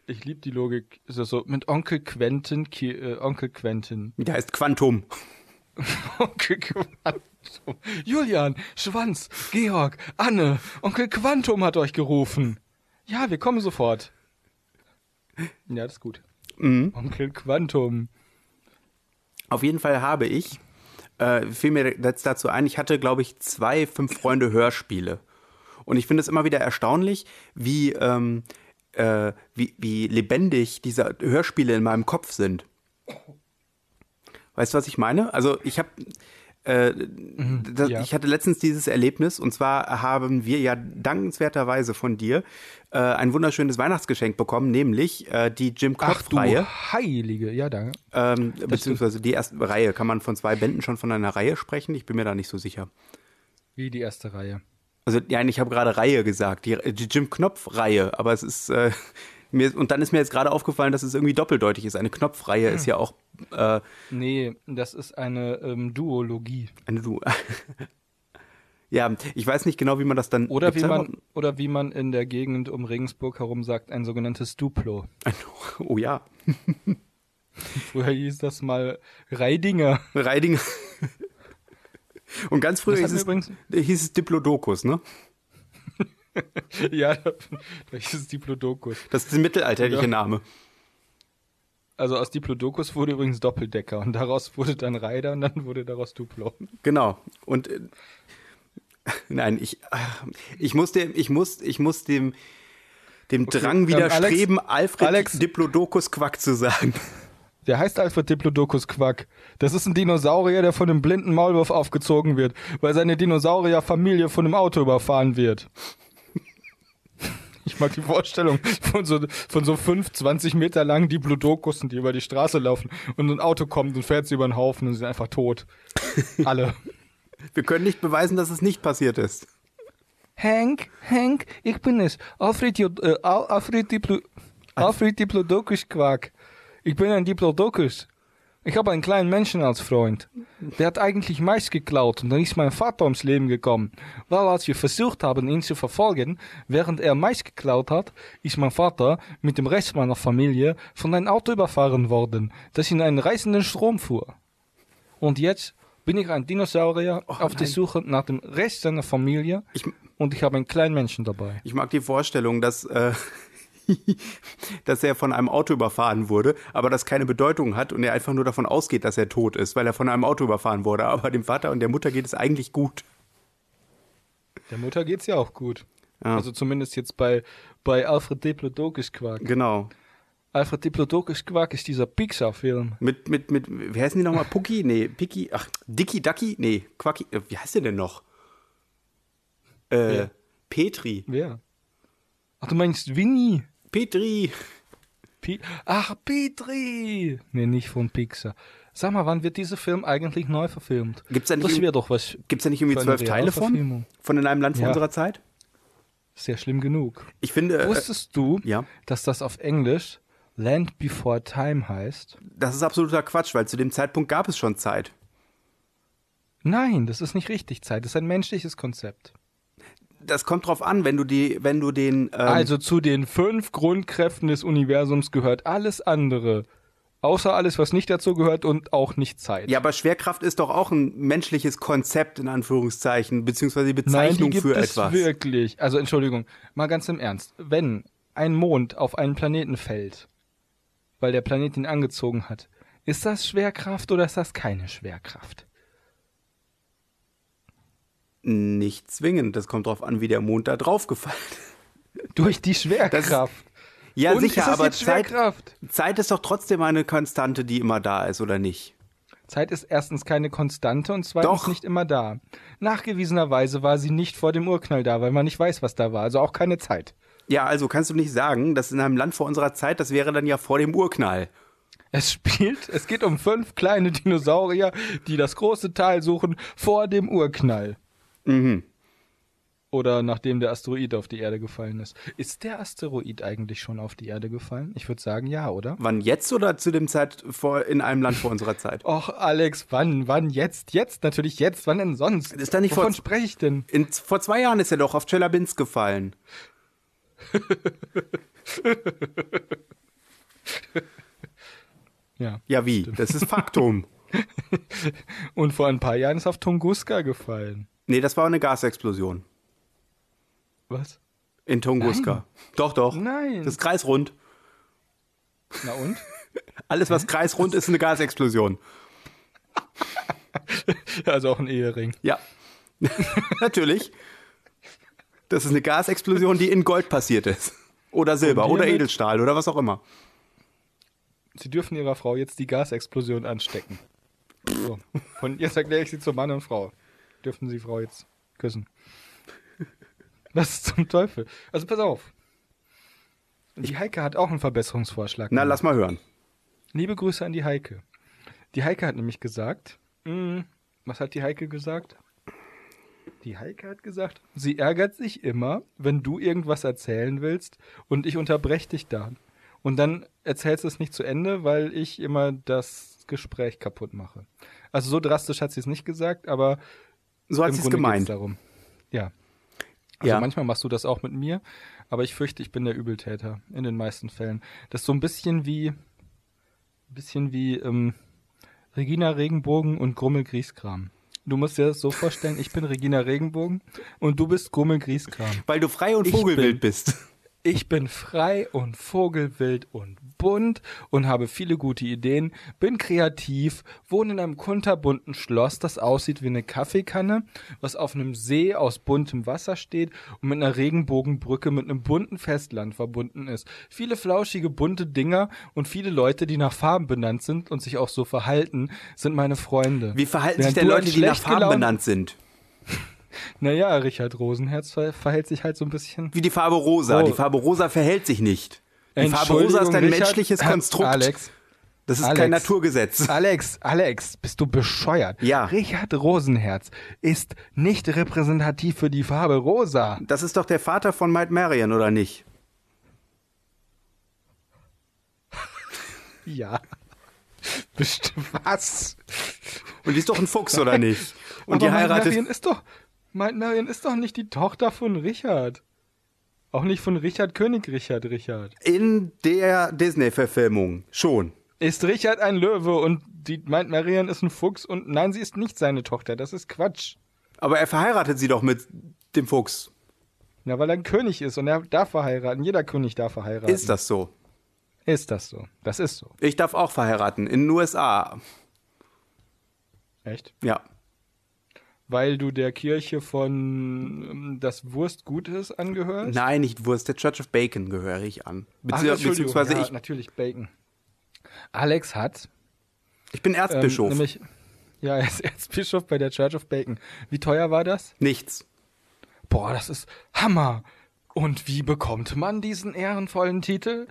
Ich liebe die Logik. Ist das so mit Onkel Quentin, Ki äh, Onkel Quentin. Der heißt Quantum. Onkel Quantum. Julian, Schwanz, Georg, Anne, Onkel Quantum hat euch gerufen. Ja, wir kommen sofort. Ja, das ist gut. Onkel Quantum. Auf jeden Fall habe ich äh, fiel mir jetzt dazu ein, ich hatte, glaube ich, zwei Fünf-Freunde-Hörspiele. Und ich finde es immer wieder erstaunlich, wie, ähm, äh, wie, wie lebendig diese Hörspiele in meinem Kopf sind. Weißt du, was ich meine? Also ich habe, äh, das- Mhm, ja. ich hatte letztens dieses Erlebnis und zwar haben wir ja dankenswerterweise von dir äh, ein wunderschönes Weihnachtsgeschenk bekommen, nämlich äh, die Jim Ach du Knopf-Reihe. Heilige, ja danke. Ähm, beziehungsweise die erste Reihe. Kann man von zwei Bänden schon von einer Reihe sprechen? Ich bin mir da nicht so sicher. Wie die erste Reihe. Also, nein, ich habe gerade Reihe gesagt. Die, die Jim Knopf-Reihe. Aber es ist. Äh, mir, ist- und dann ist mir jetzt gerade aufgefallen, dass es irgendwie doppeldeutig ist. Eine Knopfreihe Hm. ist ja auch äh, Nee, das ist eine ähm, Duologie. eine Du. ja, ich weiß nicht genau, wie man das dann. Oder gibt's wie, da man, oder wie man in der Gegend um Regensburg herum sagt, ein sogenanntes Duplo. überhaupt- Oh ja. Früher hieß das mal Reidinger. Reidinger. Und ganz früher Das hat hieß mir es, übrigens- hieß es Diplodocus, ne? ja, das ist Diplodocus. Das ist ein mittelalterlicher Ja. Name. Also aus Diplodocus wurde übrigens Doppeldecker und daraus wurde dann Reider und dann wurde daraus Duplo. Genau. Und äh, nein, ich, äh, ich muss dem, ich muss, ich muss dem, dem Drang ähm, widerstreben, Alfred Alex- Diplodocus Quack zu sagen. Der heißt Alfred Diplodocus Quack. Das ist ein Dinosaurier, der von einem blinden Maulwurf aufgezogen wird, weil seine Dinosaurierfamilie von einem Auto überfahren wird. Ich mag die Vorstellung von so, von so fünf, 20 Meter langen Diplodokussen, die über die Straße laufen und ein Auto kommt und fährt sie über den Haufen und sind einfach tot. Alle. Wir können nicht beweisen, dass es nicht passiert ist. Hank, Hank, ich bin es. Alfred, Jo- äh, Al- Alfred, Diplo, Alfred Diplodocus Quack. Ich bin ein Diplodocus. Ich habe einen kleinen Menschen als Freund. Der hat eigentlich Mais geklaut und dann ist mein Vater ums Leben gekommen. Weil als wir versucht haben, ihn zu verfolgen, während er Mais geklaut hat, ist mein Vater mit dem Rest meiner Familie von einem Auto überfahren worden, das in einen reißenden Strom fuhr. Und jetzt bin ich ein Dinosaurier auf der Suche nach dem Rest seiner Familie Ich, und ich habe einen kleinen Menschen dabei. ich mag die Vorstellung, dass, äh, dass er von einem Auto überfahren wurde, aber das keine Bedeutung hat und er einfach nur davon ausgeht, dass er tot ist, weil er von einem Auto überfahren wurde. Aber dem Vater und der Mutter geht es eigentlich gut. Der Mutter geht's ja auch gut. Ja. Also zumindest jetzt bei, bei Alfred Diplodocus Quark. Genau. Alfred Diplodocus Quark ist dieser Pixar-Film. Mit, mit, mit, wie heißen die nochmal? Pucki? Nee, Picky, ach, Dicky Ducky? Nee, Quacki, äh, wie heißt der denn noch? Äh, Wer? Petri. Wer? Ach, du meinst Winnie? Petri! Pi Ach, Petri! Nee, nicht von Pixar. Sag mal, wann wird dieser Film eigentlich neu verfilmt? Gibt's da nicht das im- wäre doch was Gibt's da nicht irgendwie Für eine zwölf Teile von? Realverfilmung. Von in einem Land vor Ja. unserer Zeit? sehr schlimm genug. Ich finde, äh, Wusstest du, ja. dass das auf Englisch Land Before Time heißt? das ist absoluter Quatsch, weil zu dem Zeitpunkt gab es schon Zeit. Nein, das ist nicht richtig. Zeit ist ein menschliches Konzept. Das kommt drauf an, wenn du die, wenn du den, ähm, Also zu den fünf Grundkräften des Universums gehört alles andere. Außer alles, was nicht dazu gehört und auch nicht Zeit. ja, aber Schwerkraft ist doch auch ein menschliches Konzept, in Anführungszeichen, beziehungsweise die Nein, Bezeichnung die gibt für es etwas. wirklich. Also Entschuldigung, mal ganz im Ernst. Wenn ein Mond auf einen Planeten fällt, weil der Planet ihn angezogen hat, ist das Schwerkraft oder ist das keine Schwerkraft? Nicht zwingend, das kommt drauf an, wie der Mond da drauf gefallen ist. Durch die Schwerkraft. Ja, und sicher, ist das aber jetzt Zeit, Schwerkraft? Zeit ist doch trotzdem eine Konstante, die immer da ist, oder nicht? Zeit ist erstens keine Konstante und zweitens Doch. nicht immer da. Nachgewiesenerweise war sie nicht vor dem Urknall da, weil man nicht weiß, was da war, also auch keine Zeit. Ja, also kannst du nicht sagen, dass in einem Land vor unserer Zeit, das wäre dann ja vor dem Urknall. Es spielt, es geht um fünf kleine Dinosaurier, die das große Tal suchen vor dem Urknall. Mhm. Oder nachdem der Asteroid auf die Erde gefallen ist. Ist der Asteroid eigentlich schon auf die Erde gefallen? Ich würde sagen, ja, oder? Wann jetzt oder zu dem Zeit vor, in einem Land vor unserer Zeit? Och, Alex, wann, wann, jetzt, jetzt, natürlich jetzt, wann denn sonst? Ist da nicht vor- Wovon spreche ich denn? In, vor zwei Jahren ist er doch auf Chelyabinsk gefallen. Ja. Ja, wie? Das ist Faktum. Und vor ein paar Jahren ist auf Tunguska gefallen. nee, das war eine Gasexplosion. Was? In Tunguska. Doch, doch. Nein. Das ist kreisrund. Na und? Alles, was kreisrund ist, ist eine Gasexplosion. Also auch ein Ehering. Ja, natürlich. Das ist eine Gasexplosion, die in Gold passiert ist. Oder Silber Und oder hiermit- Edelstahl oder was auch immer. Sie dürfen Ihrer Frau jetzt die Gasexplosion anstecken. So. Und jetzt erkläre ich Sie zu Mann und Frau. Dürfen Sie Frau jetzt küssen? Was zum Teufel? Also pass auf. Die Heike hat auch einen Verbesserungsvorschlag. Na, gemacht. lass mal hören. Liebe Grüße an die Heike. Die Heike hat nämlich gesagt, mm, was hat die Heike gesagt? Die Heike hat gesagt, sie ärgert sich immer, wenn du irgendwas erzählen willst und ich unterbreche dich dann. Und dann erzählst du es nicht zu Ende, weil ich immer das Gespräch kaputt mache. Also so drastisch hat sie es nicht gesagt, aber So hat im sie es Grunde geht's gemeint. darum. Ja. Also Ja. manchmal machst du das auch mit mir, aber ich fürchte, ich bin der Übeltäter in den meisten Fällen. Das ist so ein bisschen wie, ein bisschen wie ähm, Regina Regenbogen und Grummel Grieskram. Du musst dir das so vorstellen, ich bin Regina Regenbogen und du bist Grummel Grieskram. Weil du frei und Ich vogelwild bist. Ich bin frei und vogelwild und bunt und habe viele gute Ideen, bin kreativ, wohne in einem kunterbunten Schloss, das aussieht wie eine Kaffeekanne, was auf einem See aus buntem Wasser steht und mit einer Regenbogenbrücke mit einem bunten Festland verbunden ist. Viele flauschige, bunte Dinger und viele Leute, die nach Farben benannt sind und sich auch so verhalten, sind meine Freunde. Wie verhalten sich Während denn du Leute, als die nach schlecht Farben gelaunt- benannt sind? Naja, Richard Rosenherz ver verhält sich halt so ein bisschen Wie die Farbe rosa. Oh. Die Farbe rosa verhält sich nicht. Die Farbe Entschuldigung, rosa ist ein Richard. menschliches Konstrukt. Alex, das ist Alex. kein Naturgesetz. Alex, Alex, bist du bescheuert? Ja. Richard Rosenherz ist nicht repräsentativ für die Farbe rosa. Das ist doch der Vater von Mike Marion, oder nicht? Ja. Bestimmt was? Und die ist doch ein Fuchs, oder nicht? Und Aber die heiratet. Marion ist doch, Meint Marion ist doch nicht die Tochter von Richard. Auch nicht von Richard König Richard Richard. In der Disney-Verfilmung schon. Ist Richard ein Löwe und die meint Marion ist ein Fuchs und nein, sie ist nicht seine Tochter. Das ist Quatsch. Aber er verheiratet sie doch mit dem Fuchs. Na, weil er ein König ist und er darf verheiraten. Jeder König darf verheiraten. Ist das so? Ist das so? Das ist so. Ich darf auch verheiraten. In den USA. Echt? Ja. Weil du der Kirche von ähm, das Wurstgut ist angehörst? Nein, nicht Wurst. Der Church of Bacon gehöre ich an. Bezieh- Ach, Entschuldigung, beziehungsweise ja, ich, natürlich Bacon. Alex hat ich bin ähm, Erzbischof. nämlich ja, er ist Erzbischof bei der Church of Bacon. Wie teuer war das? Nichts. Boah, das ist Hammer. Und wie bekommt man diesen ehrenvollen Titel?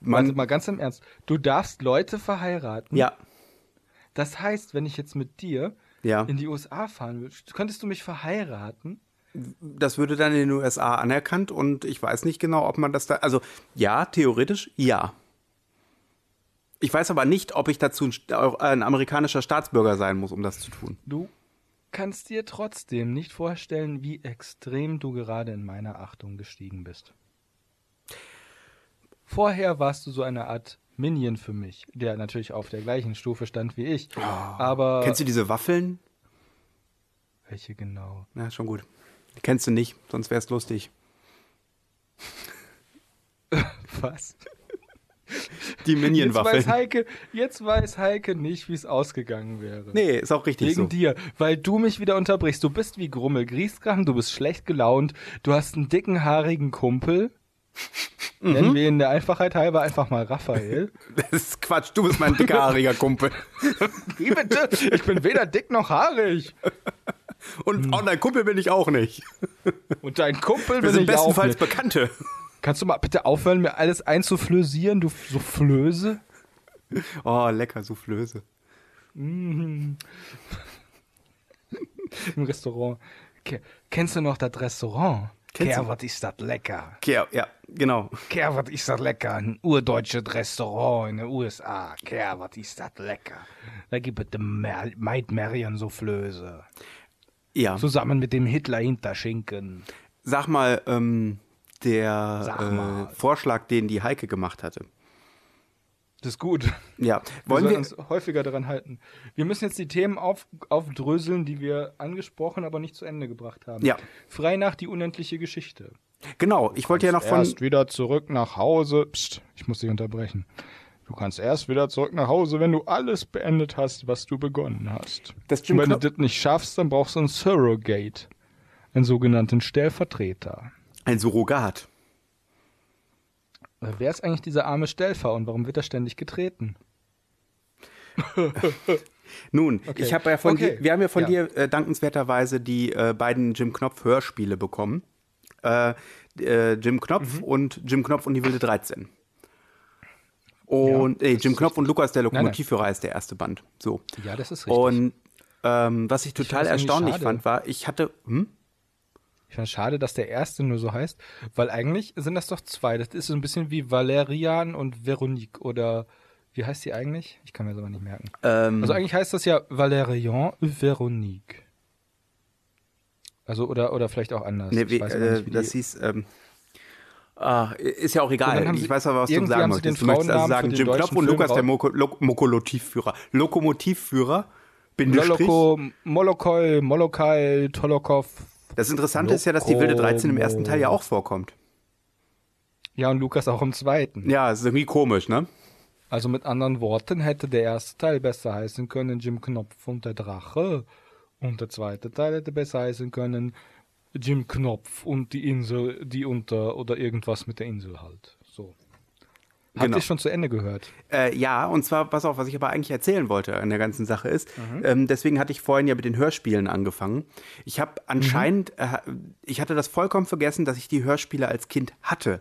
Man- Warte mal ganz im Ernst. Du darfst Leute verheiraten. Ja. Das heißt, wenn ich jetzt mit dir Ja. in die USA fahren würde, könntest du mich verheiraten? Das würde dann in den USA anerkannt und ich weiß nicht genau, ob man das da. Also ja, theoretisch ja. Ich weiß aber nicht, ob ich dazu ein, Sta- ein amerikanischer Staatsbürger sein muss, um das zu tun. Du kannst dir trotzdem nicht vorstellen, wie extrem du gerade in meiner Achtung gestiegen bist. Vorher warst du so eine Art Minion für mich, der natürlich auf der gleichen Stufe stand wie ich. aber Ah. Kennst du diese Waffeln? welche genau? Na, schon gut. Die kennst du nicht, sonst wär's lustig. Was? Die Jetzt weiß, Minion-Waffeln. Heike, jetzt weiß Heike nicht, wie es ausgegangen wäre. Nee, ist auch richtig Wegen so. dir, weil du mich wieder unterbrichst. Du bist wie Grummel Grieskram, du bist schlecht gelaunt, du hast einen dicken, haarigen Kumpel. Nennen wir ihn der Einfachheit halber einfach mal Raphael. Das ist Quatsch, du bist mein dickhaariger Kumpel. Wie bitte? Ich bin weder dick noch haarig. Hm. Und oh nein, Kumpel bin ich auch nicht. Und dein Kumpel Wir bin sind ich auch bestenfalls nicht. Bekannte. Kannst du mal bitte aufhören, mir alles einzuflösieren, du so Flöse? Oh, lecker Soufflöse. Im Restaurant. Ke kennst du noch das Restaurant? Kennst Kerr, du- was ist das lecker? Ja, ja, genau. Kerr, was ist das lecker? Ein urdeutsches Restaurant in den USA. Kerr, was ist das lecker? Da gibt es dem Mer Maid Marion so Flöse. Ja. Zusammen mit dem Hitler hinterschinken. Sag mal, ähm, der Sag mal. Äh, Vorschlag, den die Heike gemacht hatte. Das ist gut. Ja, Wir wollen sollen wir, uns häufiger daran halten. Wir müssen jetzt die Themen auf, aufdröseln, die wir angesprochen, aber nicht zu Ende gebracht haben. Ja. Frei nach die unendliche Geschichte. genau, ich wollte ja noch von, wieder zurück nach Hause. Psst, ich muss dich unterbrechen. Du kannst erst wieder zurück nach Hause, wenn du alles beendet hast, was du begonnen hast. Das Und Jim wenn du Knopf, das nicht schaffst, dann brauchst du einen Surrogate. Einen sogenannten Stellvertreter. ein Surrogat. Äh, Wer ist eigentlich dieser arme Stellver und warum wird er ständig getreten? Nun, ich habe ja von Okay. dir, wir haben ja von Ja. dir äh, dankenswerterweise die äh, beiden Jim Knopf Hörspiele bekommen. Äh, äh, Jim Mhm. Knopf und Jim Knopf und die wilde 13. Und Ja, äh, das Jim ist Knopf und Lukas der nein. Lokomotivführer ist der erste Band. So. Ja, das ist Und ähm, was ich total find's irgendwie erstaunlich schade. fand, war, ich hatte, hm? Ich fand schade, dass der erste nur so heißt, weil eigentlich sind das doch zwei. Das ist so ein bisschen wie Valerian und Veronique oder wie heißt die eigentlich? Ich kann mir das aber nicht merken. Ähm, Also eigentlich heißt das ja Valerian und Veronique. Also oder, oder vielleicht auch anders. Nee, Ich wie, weiß aber äh, wie das die- hieß. Ähm, ah, ist ja auch Und dann egal. haben Ich sie- weiß aber, was du irgendwie sagen haben sie den möchtest. Du möchtest also Frauennamen sagen, für den Jim Knopf deutschen und Film Lukas, der raus- Moko, Lok, Mokolotivführer. Lokomotivführer, Bindestrich. Loloko, Molokoi, Molokai, Tolokov. Das Interessante ist ja, dass die wilde 13 im ersten Teil ja auch vorkommt. Ja, und Lukas auch im zweiten. Ja, ist irgendwie komisch, ne? Also mit anderen Worten hätte der erste Teil besser heißen können Jim Knopf und der Drache. Und der zweite Teil hätte besser heißen können Jim Knopf und die Insel, die unter oder irgendwas mit der Insel halt. So. Habt Genau. ihr schon zu Ende gehört? Äh, ja, und zwar, pass auf, was ich aber eigentlich erzählen wollte an der ganzen Sache ist, ähm, deswegen hatte ich vorhin ja mit den Hörspielen angefangen. Ich habe anscheinend, äh, ich hatte das vollkommen vergessen, dass ich die Hörspiele als Kind hatte.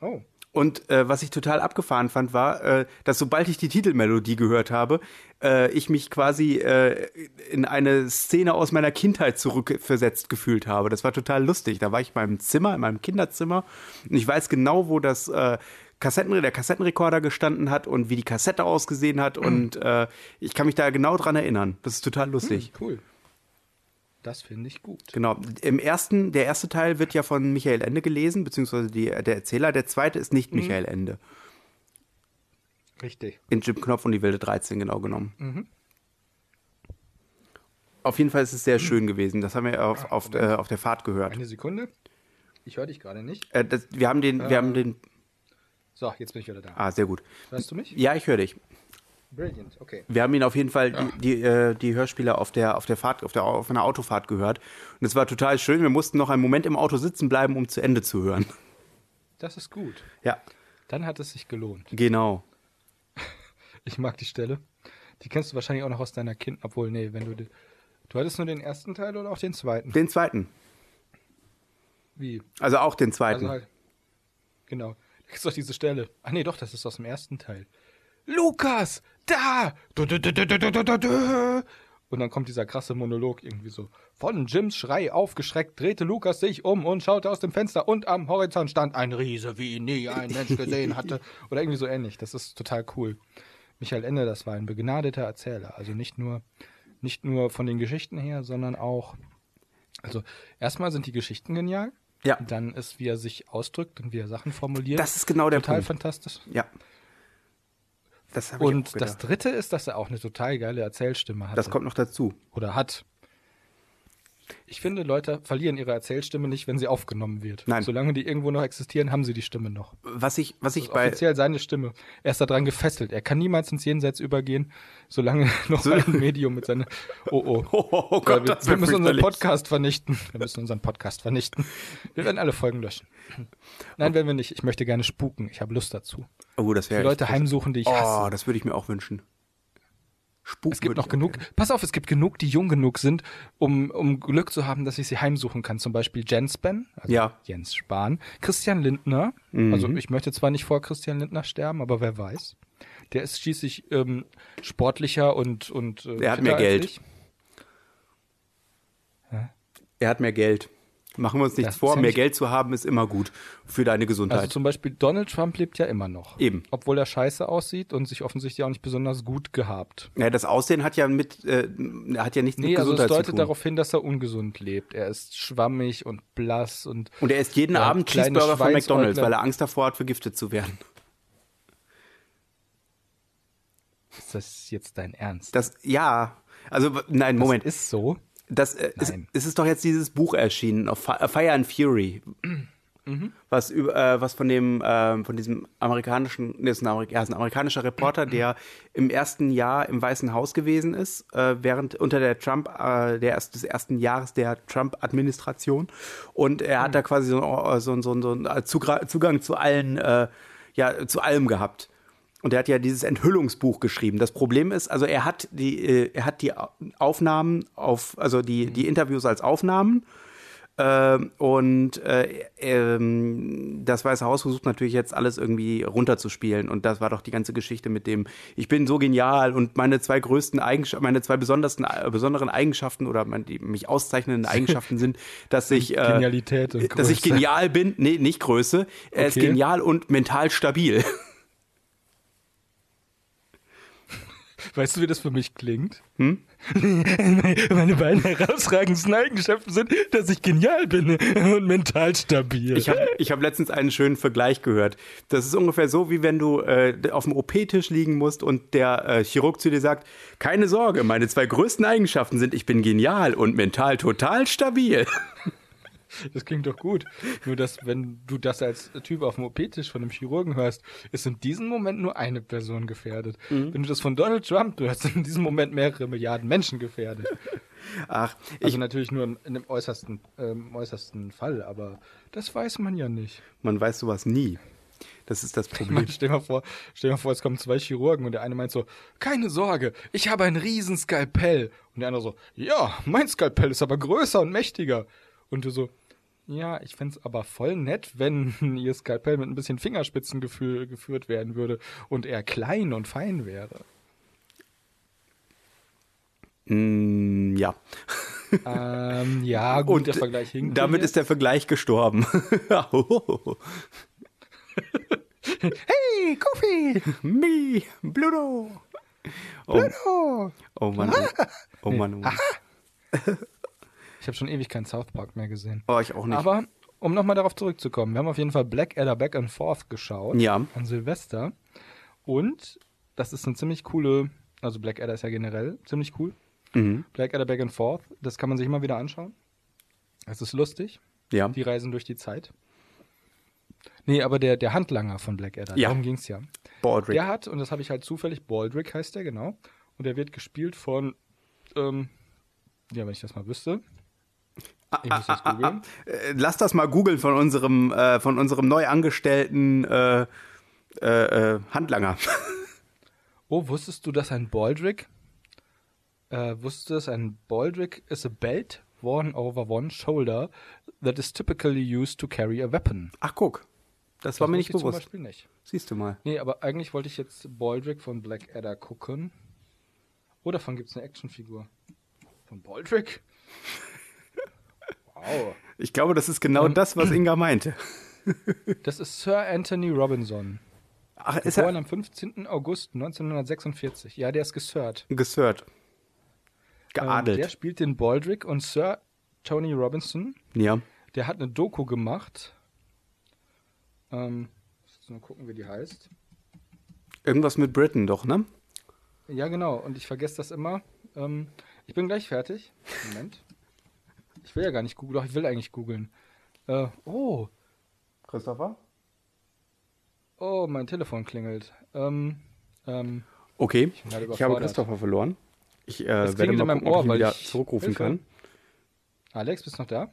Oh. Und äh, was ich total abgefahren fand, war, äh, dass sobald ich die Titelmelodie gehört habe, äh, ich mich quasi äh, in eine Szene aus meiner Kindheit zurückversetzt gefühlt habe. Das war total lustig. Da war ich in meinem Zimmer, in meinem Kinderzimmer. Und ich weiß genau, wo das äh, Kassetten, der Kassettenrekorder gestanden hat und wie die Kassette ausgesehen hat. Und äh, ich kann mich da genau dran erinnern. Das ist total lustig. Cool. Das finde ich gut. Genau. Im ersten, der erste Teil wird ja von Michael Ende gelesen, beziehungsweise die, der Erzähler. Der zweite ist nicht Michael Ende. Richtig. In Jim Knopf und die wilde 13 genau genommen. Mhm. Auf jeden Fall ist es sehr schön gewesen. Das haben wir auf, auf, äh, auf der Fahrt gehört. Eine Sekunde. Ich höre dich gerade nicht. Äh, das, wir haben den, wir haben Ähm. den. So, jetzt bin ich wieder da. Ah, sehr gut. Hörst du mich? Ja, ich höre dich. Brilliant, okay. Wir haben ihn auf jeden Fall die, die, äh, die Hörspiele auf der auf der Fahrt, auf der auf einer Autofahrt gehört. Und es war total schön. Wir mussten noch einen Moment im Auto sitzen bleiben, um zu Ende zu hören. Das ist gut. Ja, Dann hat es sich gelohnt. genau. Ich mag die Stelle. Die kennst du wahrscheinlich auch noch aus deiner Kind, obwohl, nee, wenn du. die- Du hattest nur den ersten Teil oder auch den zweiten? Den zweiten. Wie? Also auch den zweiten. Also halt. Genau. Da ist doch diese Stelle. Ah, nee, doch, das ist aus dem ersten Teil. Lukas! Da! Du, du, du, du, du, du, du, du, du. Und dann kommt dieser krasse Monolog irgendwie so. Von Jims Schrei aufgeschreckt drehte Lukas sich um und schaute aus dem Fenster und am Horizont stand ein Riese, wie ihn nie ein Mensch gesehen hatte. Oder irgendwie so ähnlich. Das ist total cool. Michael Ende, das war ein begnadeter Erzähler. Also nicht nur, nicht nur von den Geschichten her, sondern auch. Also erstmal sind die Geschichten genial. Ja. Dann ist, wie er sich ausdrückt und wie er Sachen formuliert. das ist genau der total Punkt. fantastisch. Ja. Das habe ich auch Und das gedacht. dritte ist, dass er auch eine total geile Erzählstimme hat. das kommt noch dazu. Oder hat. Ich finde, Leute verlieren ihre Erzählstimme nicht, wenn sie aufgenommen wird. Nein. Solange die irgendwo noch existieren, haben sie die Stimme noch. Was ich, was ich bei Also Offiziell seine Stimme. Er ist daran gefesselt. Er kann niemals ins Jenseits übergehen, solange noch ein Medium mit seiner. Oh oh. Oh Äh, wir, wir müssen unseren Podcast vernichten. Wir müssen unseren Podcast vernichten. Wir werden alle Folgen löschen. Nein, werden wir nicht. Ich möchte gerne spuken. Ich habe Lust dazu. Oh, das Die wäre Leute heimsuchen, die ich hasse. Oh, das würde ich mir auch wünschen. Spuk Es gibt noch genug, pass auf, es gibt genug, die jung genug sind, um, um Glück zu haben, dass ich sie heimsuchen kann. Zum Beispiel Jensben, also Ja. Mhm. Jens Spahn, Christian Lindner. Also ich möchte zwar nicht vor Christian Lindner sterben, aber wer weiß. Der ist schließlich ähm, sportlicher und und äh, Der hat fitter mehr als Geld. ich. Er hat mehr Geld. Machen wir uns nichts Das ist vor, ja mehr nicht- Geld zu haben ist immer gut für deine Gesundheit. Also zum Beispiel Donald Trump lebt ja immer noch. Eben. Obwohl er scheiße aussieht und sich offensichtlich auch nicht besonders gut gehabt. ja, das Aussehen hat ja mit äh, hat ja nichts Nee, mit also es Gesundheit zu tun. deutet darauf hin, dass er ungesund lebt. Er ist schwammig und blass und Und er isst jeden Ja, Abend kleine Cheeseburger von McDonald's, Schweinsäugler. weil er Angst davor hat, vergiftet zu werden. ist das jetzt dein Ernst? Das ja, also w- nein, Moment. Das ist so. Das äh, ist, Nein. es ist doch jetzt dieses Buch erschienen, auf Fi- äh, Fire and Fury. was, über, äh, was von dem ähm, von diesem amerikanischen, nee, ist ein, Amerik ja, ist ein amerikanischer Reporter, der im ersten Jahr im Weißen Haus gewesen ist, äh, während unter der Trump, äh, der erst, des ersten Jahres der Trump-Administration. Und er hat da quasi so, einen- so, einen- so, einen- so einen Zugra- Zugang zu allen, äh, ja, zu allem gehabt. Und er hat ja dieses Enthüllungsbuch geschrieben. Das Problem ist, also er hat die, äh, er hat die Au- Aufnahmen auf, also die, Mhm. die Interviews als Aufnahmen. Ähm, und äh, ähm, das Weiße Haus versucht natürlich jetzt alles irgendwie runterzuspielen. Und das war doch die ganze Geschichte mit dem, ich bin so genial und meine zwei größten Eigenschaften, meine zwei besondersten, äh, besonderen Eigenschaften oder mein, die mich auszeichnenden Eigenschaften sind, dass ich äh, Genialität und dass ich Größe. genial bin. Nee, nicht Größe. Er ist Okay. genial und mental stabil. Weißt du, wie das für mich klingt? Hm? Meine beiden herausragendsten Eigenschaften sind, dass ich genial bin und mental stabil. Ich habe ich hab letztens einen schönen Vergleich gehört. Das ist ungefähr so, wie wenn du äh, auf dem OP-Tisch liegen musst und der äh, Chirurg zu dir sagt, keine Sorge, meine zwei größten Eigenschaften sind, ich bin genial und mental total stabil. das klingt doch gut. Nur, dass, wenn du das als Typ auf dem OP-Tisch von einem Chirurgen hörst, ist in diesem Moment nur eine Person gefährdet. Wenn du das von Donald Trump hörst, sind in diesem Moment mehrere Milliarden Menschen gefährdet. Ach, Also ich, natürlich nur im, in dem äußersten, ähm, äußersten Fall, aber das weiß man ja nicht. man weiß sowas nie. Das ist das Ich meine, Problem. stell mal vor, stell mal vor, es kommen zwei Chirurgen und der eine meint so, keine Sorge, ich habe ein riesen Skalpell. Und der andere so, ja, mein Skalpell ist aber größer und mächtiger. Und du so, ja, ich fänd's aber voll nett, wenn ihr Skalpell mit ein bisschen Fingerspitzengefühl geführt werden würde und er klein und fein wäre. Mm, ja. ähm, ja, gut, der Vergleich hinkt. äh, damit mir. ist der Vergleich gestorben. Oh, hey, Kofi! Mi, Bluto. Oh, Oh. oh Mann, oh, oh Mann. Oh, Mann. Ich habe schon ewig keinen South Park mehr gesehen. oh ich auch nicht. Aber um nochmal darauf zurückzukommen, wir haben auf jeden Fall Blackadder Back and Forth geschaut Ja. an Silvester. Und das ist eine ziemlich coole, also Blackadder ist ja generell ziemlich cool. Mhm. Blackadder Back and Forth, das kann man sich immer wieder anschauen. Es ist lustig, Ja. die reisen durch die Zeit. Nee, aber der, der Handlanger von Blackadder, Ja. darum ging's ja. Baldrick. Der hat, und das habe ich halt zufällig, Baldrick heißt der, genau. Und der wird gespielt von, ähm, ja, wenn ich das mal wüsste. Ah, Ich muss das googeln. Äh, lass das mal googeln von unserem, äh, von unserem neu angestellten äh, äh, äh, Handlanger. Oh, wusstest du, dass ein Baldrick, äh, wusstest du, dass ein Baldrick is a belt worn over one shoulder that is typically used to carry a weapon? Ach, guck. Das, war mir nicht wusste ich Zum bewusst. Beispiel nicht. Siehst du mal. Nee, aber eigentlich wollte ich jetzt Baldrick von Blackadder gucken. Oh, davon gibt's eine Actionfigur. Von Baldrick? wow. Ich glaube, das ist genau das, was Inga meinte. Das ist Sir Anthony Robinson. Ach, ist Geboren er am 15. August 1946. Ja, der ist gesirrt. gesört. Ähm, der Geadelt. spielt den Baldrick und Sir Tony Robinson, ja. der hat eine Doku gemacht. Ähm, muss mal gucken, wie die heißt. Irgendwas mit Britain doch, ne? Ja, genau, und ich vergesse das immer. Ähm, ich bin gleich fertig. Moment. Ich will ja gar nicht googeln, doch ich will eigentlich googeln. Äh, oh, Christopher? oh, mein Telefon klingelt. Ähm, ähm, Okay. bin gerade Ich, halt habe überfordert. Christopher verloren. Ich äh, Es werde klingelt mal in gucken, meinem ob ich Ohr, ihn weil wieder ich- zurückrufen Hilfe. kann. Alex, bist du noch da?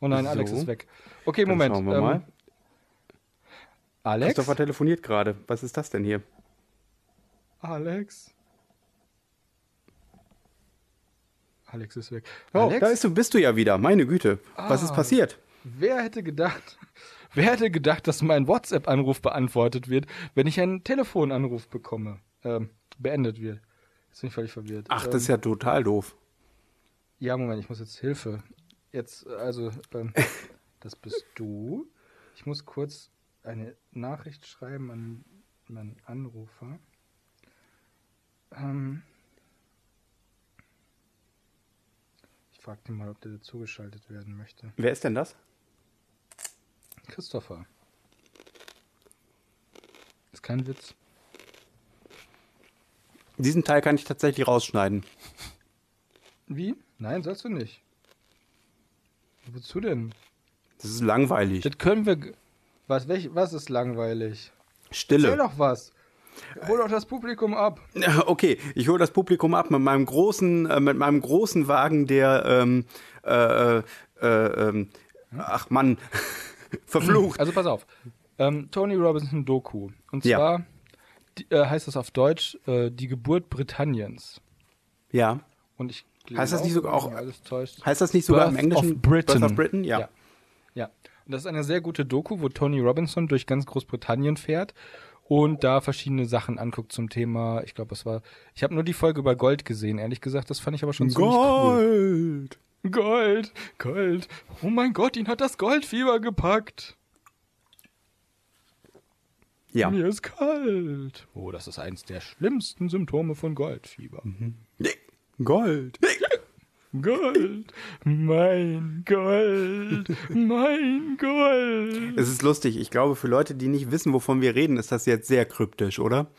Oh nein, Alex So. ist weg. Okay, Dann Moment. schauen wir ähm, mal. Alex? Christopher telefoniert gerade. Was ist das denn hier? Alex. Alex ist weg. Oh, Alex, da bist du, bist du ja wieder. Meine Güte. Was ist Ah. passiert? wer hätte gedacht, wer hätte gedacht, dass mein WhatsApp-Anruf beantwortet wird, wenn ich einen Telefonanruf bekomme, ähm, beendet wird. Jetzt bin ich völlig verwirrt. Ach, ähm, das ist ja total doof. Ja, Moment, ich muss jetzt Hilfe. Jetzt, äh, also, ähm, das bist du. Ich muss kurz eine Nachricht schreiben an meinen Anrufer. Ähm, ich frage den mal, ob der dazugeschaltet werden möchte. Wer ist denn das? Christopher. Ist kein Witz. Diesen Teil kann ich tatsächlich rausschneiden. Wie? Nein, sollst du nicht. Wozu denn? Das ist langweilig. Das können wir. g- Was, welch, was ist langweilig? Erzähl Stille. doch was. Hol doch das Publikum ab. Okay, ich hole das Publikum ab mit meinem großen, äh, mit meinem großen Wagen, der, ähm, äh, äh, äh, ähm, ach Mann, verflucht. Also pass auf. Ähm, Tony Robinson Doku. Und Ja. zwar die, äh, heißt das auf Deutsch äh, Die Geburt Britanniens. Ja. Und ich glaube, Heißt das nicht sogar wenn auch- mich alles täuscht. Heißt das nicht sogar Birth im Englischen? Of Britain. Birth of Britain, ja. ja. Ja. Und das ist eine sehr gute Doku, wo Tony Robinson durch ganz Großbritannien fährt und da verschiedene Sachen anguckt zum Thema. Ich glaube, es war. Ich habe nur die Folge über Gold gesehen, ehrlich gesagt. Das fand ich aber schon ziemlich cool. Gold. Gold, Gold. Oh mein Gott, ihn hat das Goldfieber gepackt. Ja. Mir ist kalt. Oh, das ist eins der schlimmsten Symptome von Goldfieber. Gold. Gold, mein Gold, mein Gold. Es ist lustig. Ich glaube, für Leute, die nicht wissen, wovon wir reden, ist das jetzt sehr kryptisch, oder?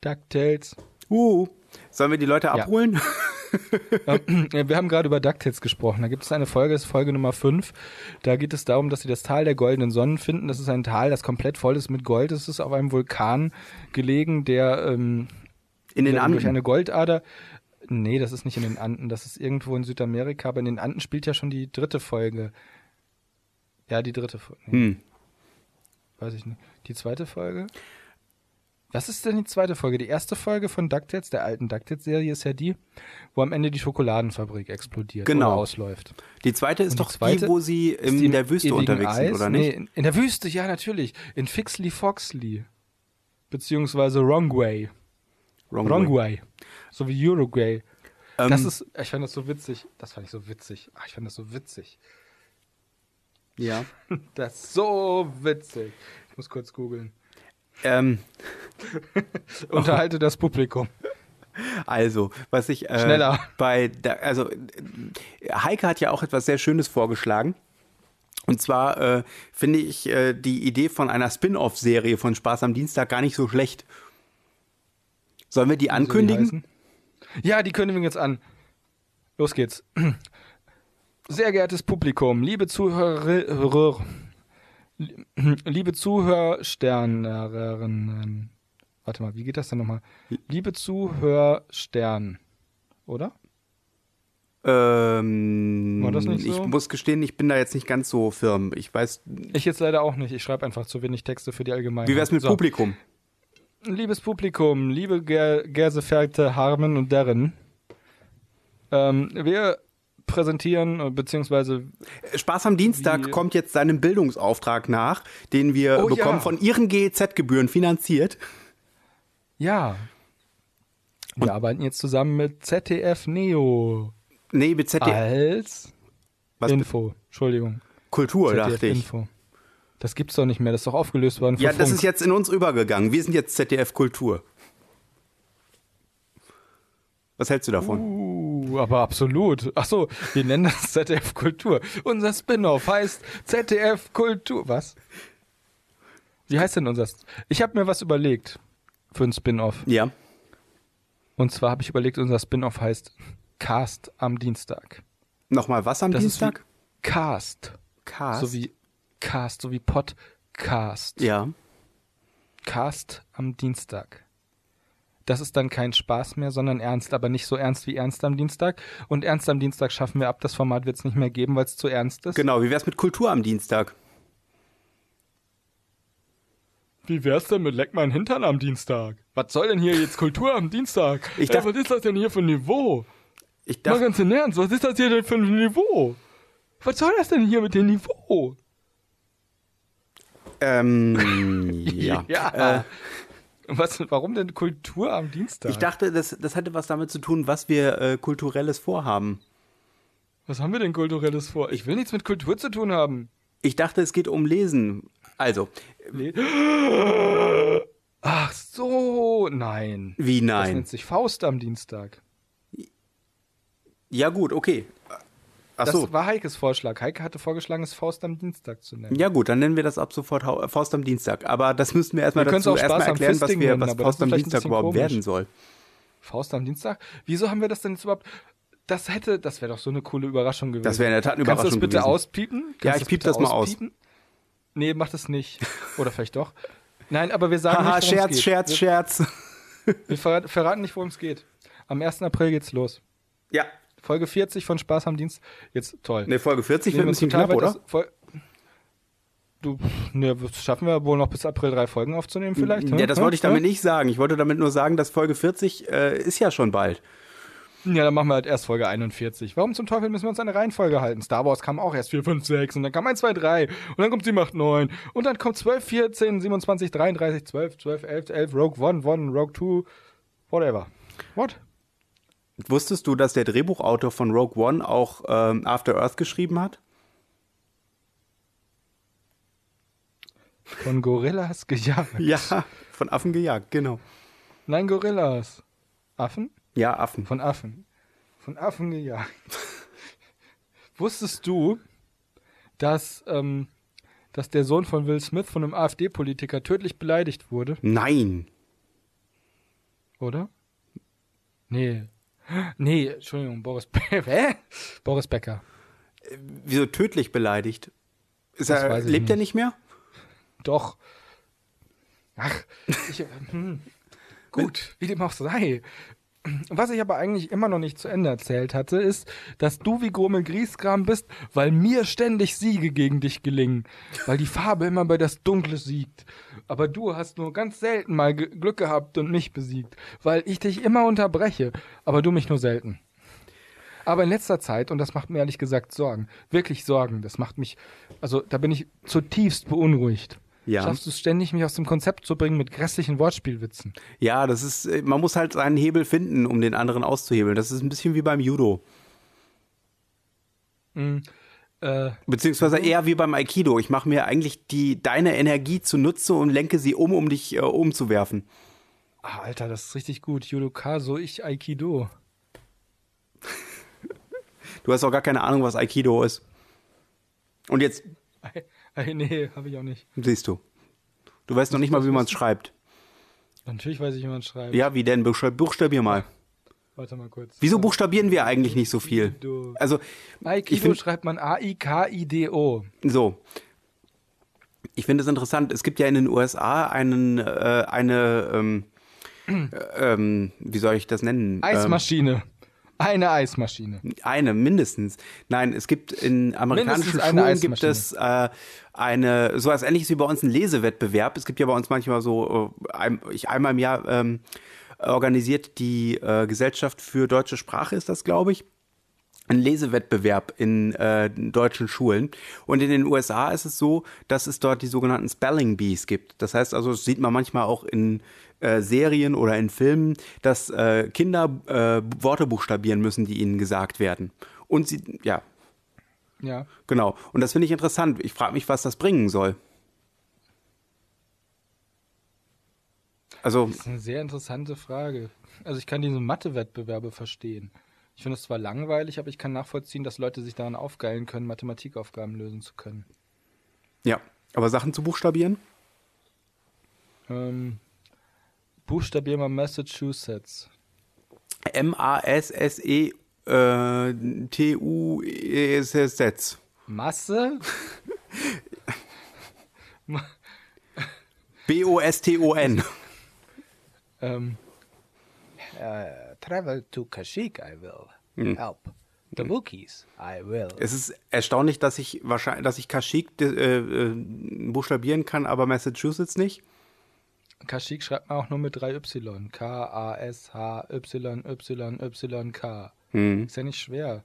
DuckTales. Uh. Sollen wir die Leute abholen? Ja, Wir haben gerade über DuckTales gesprochen. Da gibt es eine Folge, das ist Folge Nummer 5. Da geht es darum, dass sie das Tal der goldenen Sonnen finden. Das ist ein Tal, das komplett voll ist mit Gold. Es ist auf einem Vulkan gelegen, der ähm, In den Ja, Durch Anden. eine Goldader. Nee, das ist nicht in den Anden, das ist irgendwo in Südamerika, aber in den Anden spielt ja schon die dritte Folge. Ja, die dritte Folge. Nee, Hm. Weiß ich nicht. Die zweite Folge? Was ist denn die zweite Folge? Die erste Folge von DuckTales, der alten DuckTales-Serie, ist ja die, wo am Ende die Schokoladenfabrik explodiert Genau. oder ausläuft. Die zweite ist Und die doch die, zweite wo sie in Ist die der Wüste ewigen unterwegs sind, Eis? oder nicht? Nee, in- in der Wüste, ja, natürlich. In Fixley Foxley. Beziehungsweise Wrongway. Wrong way. Wrongway. So wie Uruguay. Ähm, Das ist, ich fand das so witzig. Das fand ich so witzig. Ach, ich fand das so witzig. ja. Das ist so witzig. Ich muss kurz googeln. Ähm, Unterhalte das Publikum. Also, was ich äh, Schneller. bei da, also äh, Heike hat ja auch etwas sehr Schönes vorgeschlagen. Und zwar äh, finde ich äh, die Idee von einer Spin-off-Serie von Spaß am Dienstag gar nicht so schlecht. Sollen wir die ankündigen? Ja, die kündigen wir jetzt an. Los geht's. Sehr geehrtes Publikum, liebe Zuhörer, liebe Zuhörsternerinnen. Warte mal, wie geht das denn nochmal? Liebe Zuhörstern, oder? ähm, War das nicht so? Ich muss gestehen, ich bin da jetzt nicht ganz so firm. Ich weiß, wie Ich jetzt leider auch nicht. Ich schreibe einfach zu wenig Texte für die Allgemeinheit. wär's mit So. Publikum? Liebes Publikum, liebe Ger Gersefährte Harmen und Derren, ähm, wir präsentieren, äh, beziehungsweise, Spaß am Dienstag Wie- kommt jetzt seinem Bildungsauftrag nach, den wir Oh ja. bekommen von ihren GEZ-Gebühren finanziert. ja, wir arbeiten jetzt zusammen mit ZDF Neo Nee, mit ZDF. als Was- Info. Entschuldigung, Kultur, ZDF dachte ich. Info. Das gibt's doch nicht mehr, das ist doch aufgelöst worden. Ja, von das Funk. ist jetzt in uns übergegangen. Wir sind jetzt ZDF Kultur. Was hältst du davon? Uh, aber absolut. Ach so, wir nennen das ZDF Kultur. Unser Spin-off heißt ZDF Kultur. Was? Wie heißt denn unser? Ich habe mir was überlegt für ein Spin-off. Ja. Und zwar habe ich überlegt, unser Spin-off heißt Cast am Dienstag. Nochmal was am Das ist Dienstag? wie Cast, Cast. so wie Cast, so wie Podcast. ja. Cast am Dienstag. Das ist dann kein Spaß mehr, sondern ernst, aber nicht so ernst wie Ernst am Dienstag. Und Ernst am Dienstag schaffen wir ab. Das Format wird es nicht mehr geben, weil es zu ernst ist. Genau, wie wär's mit Kultur am Dienstag? Wie wär's denn mit Leck mein Hintern am Dienstag? Was soll denn hier jetzt Kultur am Dienstag? Ich dacht- was ist das denn hier für ein Niveau? Ich Mal dachte, ganz im Ernst, was ist das hier denn für ein Niveau? Was soll das denn hier mit dem Niveau? ähm, ja. Äh, Was, warum denn Kultur am Dienstag? ich dachte, das, das hatte was damit zu tun, was wir äh, kulturelles vorhaben. was haben wir denn kulturelles vor? Ich will nichts mit Kultur zu tun haben. Ich dachte, es geht um Lesen. Also, Ach so, nein. wie Das nein? nennt sich Faust am Dienstag. Ja gut, okay. Ach Das so. war Heikes Vorschlag. Heike hatte vorgeschlagen, es Faust am Dienstag zu nennen. Ja gut, dann nennen wir das ab sofort Hau- äh, Faust am Dienstag. Aber das müssen wir erstmal Wir können's dazu auch Spaß erstmal am erklären, was, Fisting wir, nennen, was aber das Faust ist am vielleicht ein Dienstag bisschen überhaupt komisch. werden soll. Faust am Dienstag? Wieso haben wir das denn jetzt überhaupt? das hätte, das wäre doch so eine coole Überraschung gewesen. Das wäre in der Tat eine Kannst du das Überraschung bitte gewesen. auspiepen? Kannst Ja, du ich piep bitte das mal aus. auspiepen? Nee, mach das nicht. Oder vielleicht doch. Nein, aber wir sagen Haha, nicht, worum es Scherz, geht. Scherz, wir, Scherz. wir verraten, verraten nicht, worum es geht. Am 1. April geht's los. Ja. Folge 40 von Spaß am Dienst. Jetzt toll. Ne, Folge 40 wird ein Nehmen wir uns bisschen total knapp, weit oder? aus- voll- Du, ne, das schaffen wir wohl noch bis April drei Folgen aufzunehmen vielleicht. ne? Ja, das wollte ich damit nicht sagen. Ich wollte damit nur sagen, dass Folge 40 äh, ist ja schon bald. nicht. Ja, dann machen wir halt erst Folge 41. Warum zum Teufel müssen wir uns an eine Reihenfolge halten? Star Wars kam auch erst 4, 5, 6 und dann kam 1, 2, 3 und dann kommt 7, 8, 9 und dann kommt 12, 14, 27, 33, 12, 12, 11, 11, Rogue One, One, Rogue Two, whatever. What? Wusstest du, dass der Drehbuchautor von Rogue One auch ähm, After Earth geschrieben hat? Von Gorillas gejagt. Ja, von Affen gejagt, genau. Nein, Gorillas. Affen? Ja, Affen. Von Affen. Von Affen gejagt. Wusstest du, dass, ähm, dass der Sohn von Will Smith von einem AfD-Politiker tödlich beleidigt wurde, Nein. oder? Nee. Nee, Entschuldigung, Boris Becker. Hä? Boris Becker. Wieso tödlich beleidigt? Ist Das er, weiß ich lebt er nicht. nicht mehr? Doch. Ach, ich, hm. gut, wie dem auch sei. Was ich aber eigentlich immer noch nicht zu Ende erzählt hatte, ist, dass du wie Grummel Griesgram bist, weil mir ständig Siege gegen dich gelingen. Weil die Farbe immer bei das Dunkle siegt. Aber du hast nur ganz selten mal G- Glück gehabt und mich besiegt. Weil ich dich immer unterbreche, aber du mich nur selten. Aber in letzter Zeit, und das macht mir ehrlich gesagt Sorgen, wirklich Sorgen, das macht mich, also da bin ich zutiefst beunruhigt. Ja. Schaffst du es ständig, mich aus dem Konzept zu bringen mit grässlichen Wortspielwitzen? Ja, das ist, äh, man muss halt seinen Hebel finden, um den anderen auszuhebeln. Das ist ein bisschen wie beim Judo. Äh, Beziehungsweise eher wie beim Aikido. Ich mache mir eigentlich die, deine Energie zunutze und lenke sie um, um dich äh, umzuwerfen. ah, Alter, das ist richtig gut. Judoka, so ich Aikido. Du hast auch gar keine Ahnung, was Aikido ist. Und jetzt Ei, ei, nee, habe ich auch nicht. siehst du. Du weißt noch nicht mal, wie man es schreibt. Natürlich weiß ich, wie man schreibt. Ja, wie denn? Buchstab- Buchstabier mal. Warte mal kurz. Wieso buchstabieren wir eigentlich nicht so viel? Aikido. Also, ich Aikido find- schreibt man A-I-K-I-D-O. So. Ich finde es interessant, es gibt ja in den USA einen, äh, eine, ähm, äh, ähm, wie soll ich das nennen? Eismaschine. Eine Eismaschine. Ähm, eine, mindestens. Nein, es gibt in amerikanischen Mindestens eine Schulen gibt es äh, eine, so was ähnliches wie bei uns ein Lesewettbewerb. Es gibt ja bei uns manchmal so, äh, ein, ich einmal im Jahr ähm, organisiert die äh, Gesellschaft für deutsche Sprache, ist das, glaube ich einen Lesewettbewerb in äh, deutschen Schulen. Und in den USA ist es so, dass es dort die sogenannten Spelling Bees gibt. Das heißt also, das sieht man manchmal auch in äh, Serien oder in Filmen, dass äh, Kinder äh, Worte buchstabieren müssen, die ihnen gesagt werden. Und sie, ja, Ja. genau. Und das finde ich interessant. Ich frage mich, was das bringen soll. Also, Das ist eine sehr interessante Frage. Also ich kann diese Mathe-Wettbewerbe verstehen. Ich finde es zwar langweilig, aber ich kann nachvollziehen, dass Leute sich daran aufgeilen können, Mathematikaufgaben lösen zu können. ja. Aber Sachen zu buchstabieren? Ähm, buchstabier mal Massachusetts. E, äh, M-A-S-S-E-T-U-E-S-S-Z. Masse? B-O-S-T-O-N. ähm, travel to Kashik, I will. Help. The Wookiees, I will. Es ist erstaunlich, dass ich wahrscheinlich, dass ich Kashik äh, äh, buchstabieren kann, aber Massachusetts nicht. Kashik schreibt man auch nur mit drei Y. K-A-S-H-Y-Y-Y-K. Ist ja nicht schwer.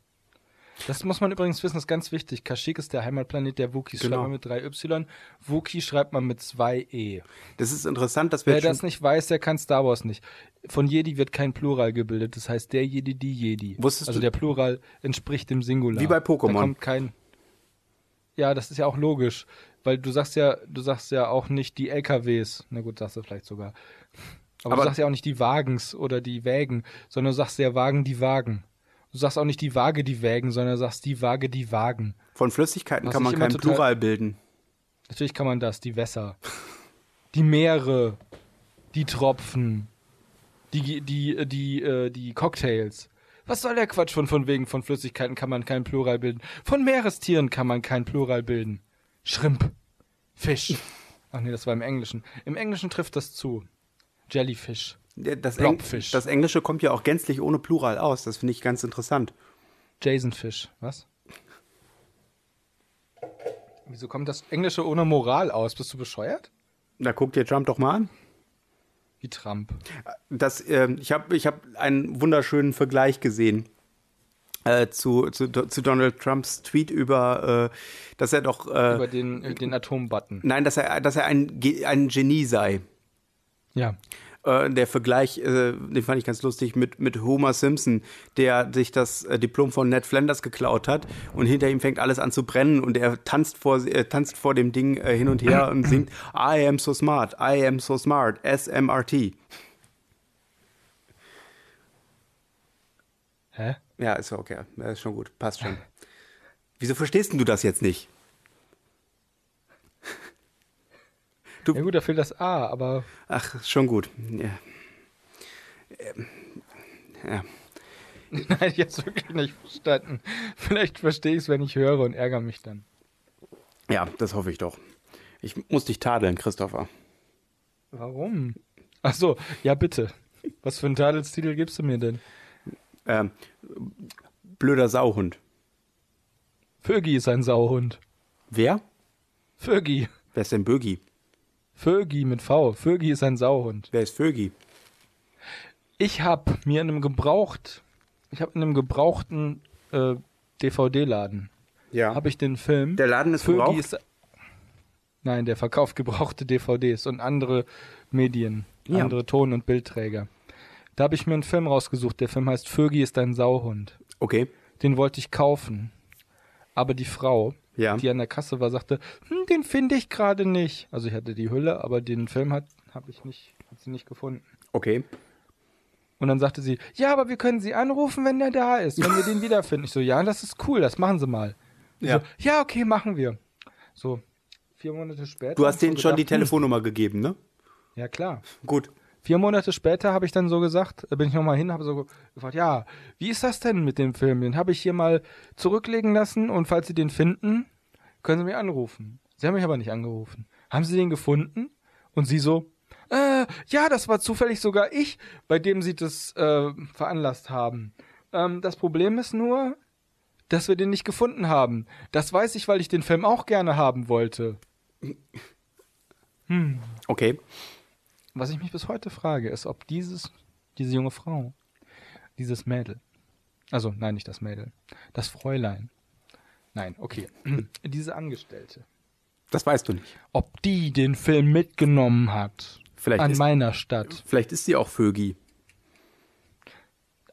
Das muss man übrigens wissen, ist ganz wichtig. Kashik ist der Heimatplanet der Wookies. Genau. Schreibt man mit drei Y. Wookie schreibt man mit zwei E. Das ist interessant, dass wir Wer jetzt schon, das nicht weiß, der kann Star Wars nicht. Von Jedi wird kein Plural gebildet. Das heißt der Jedi, die Jedi. Wusstest also du- der Plural entspricht dem Singular. Wie bei Pokémon. Da kommt kein. Ja, das ist ja auch logisch. Weil du sagst ja, du sagst ja auch nicht die LKWs. Na gut, sagst du vielleicht sogar. Aber, Aber- du sagst ja auch nicht die Wagens oder die Wägen, sondern du sagst ja Wagen, die Wagen. Du sagst auch nicht die Waage, die Wägen, sondern du sagst die Waage, die Wagen. von Flüssigkeiten Was kann ich man immer keinen total- Plural bilden. Natürlich kann man das, die Wässer. Die Meere, die Tropfen, die, die, die, äh, die äh, Cocktails. Was soll der Quatsch von von wegen von Flüssigkeiten kann man kein Plural bilden. Von Meerestieren kann man kein Plural bilden. Schrimp. Fisch. Ach nee, das war im Englischen. Im Englischen trifft das zu. Jellyfish. Ja, Das, Eng Blobfisch. das Englische kommt ja auch gänzlich ohne Plural aus. Das finde ich ganz interessant. Jason Fish. Was? Wieso kommt das Englische ohne Moral aus? Bist du bescheuert? Da guck dir Trump doch mal an. Wie Trump. Das, ähm, ich habe ich hab einen wunderschönen Vergleich gesehen äh, zu, zu, zu Donald Trumps Tweet über, äh, dass er doch, äh, Über den, äh, den Atombutton. nein, dass er, dass er ein, Ge- ein Genie sei. Ja. Äh, der Vergleich, äh, den fand ich ganz lustig, mit, mit Homer Simpson, der sich das äh, Diplom von Ned Flanders geklaut hat und hinter ihm fängt alles an zu brennen und er tanzt vor, äh, tanzt vor dem Ding äh, hin und her und singt I am so smart, I am so smart, SMRT. Hä? Ja, ist okay, Ja, ist schon gut, passt schon. Wieso verstehst denn du das jetzt nicht? Ja gut, da fehlt das A, aber Ach, ist schon gut. Ja. Ähm, ja. nein, ich hab's wirklich nicht verstanden. Vielleicht verstehe ich es, wenn ich höre und ärgere mich dann. ja, das hoffe ich doch. Ich muss dich tadeln, Christopher. Warum? Ach so, ja bitte. Was für einen Tadelstitel gibst du mir denn? Ähm, blöder Sauhund. Vögi ist ein Sauhund. Wer? Vögi. Wer ist denn Bögi? Vögi mit V. Vögi ist ein Sauhund. Wer ist Vögi? Ich habe mir in einem gebraucht, ich habe in einem gebrauchten äh, DVD-Laden Ja. habe ich den Film. Der Laden ist Vögi gebraucht? ist- Nein, der verkauft gebrauchte DVDs und andere Medien, Ja. andere Ton- und Bildträger. Da habe ich mir einen Film rausgesucht. Der Film heißt Vögi ist ein Sauhund. Okay. Den wollte ich kaufen. Aber die Frau, Ja. die an der Kasse war, sagte, hm, den finde ich gerade nicht. Also ich hatte die Hülle, aber den Film hat habe ich nicht, hat sie nicht gefunden. Okay. Und dann sagte sie, ja, aber wir können sie anrufen, wenn der da ist, wenn wir den wiederfinden. Ich so, ja, das ist cool, das machen sie mal. Ja. Ja, so, ja okay, machen wir. So, vier Monate später. Du hast hab ich denen so schon die gedacht, hm, Telefonnummer gegeben, ne? Ja, klar. Gut. Vier Monate später habe ich dann so gesagt, äh, bin ich nochmal hin, habe so ge- gefragt, ja, wie ist das denn mit dem Film? Den habe ich hier mal zurücklegen lassen und falls Sie den finden, können Sie mich anrufen. Sie haben mich aber nicht angerufen. Haben Sie den gefunden? Und sie so, äh, ja, das war zufällig sogar ich, bei dem Sie das äh, veranlasst haben. Ähm, das Problem ist nur, dass wir den nicht gefunden haben. Das weiß ich, weil ich den Film auch gerne haben wollte. Okay. Was ich mich bis heute frage, ist, ob dieses, diese junge Frau, dieses Mädel, also nein, nicht das Mädel, das Fräulein, nein, okay, diese Angestellte, Das weißt du nicht. ob die den Film mitgenommen hat Vielleicht an ist- meiner Stadt. Vielleicht ist sie auch Vögi.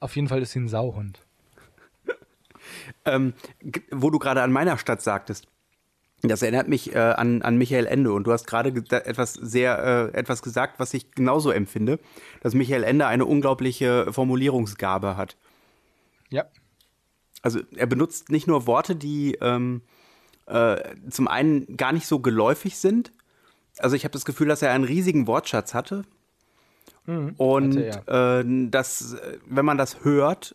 Auf jeden Fall ist sie ein Sauhund. Ähm, g- wo du gerade an meiner Stadt sagtest. Das erinnert mich äh, an, an Michael Ende und du hast gerade ge- da etwas sehr äh, etwas gesagt, was ich genauso empfinde, dass Michael Ende eine unglaubliche Formulierungsgabe hat. Ja, also er benutzt nicht nur Worte, die ähm, äh, zum einen gar nicht so geläufig sind. Also ich habe das Gefühl, dass er einen riesigen Wortschatz hatte. Und hatte äh, das, äh, wenn man das hört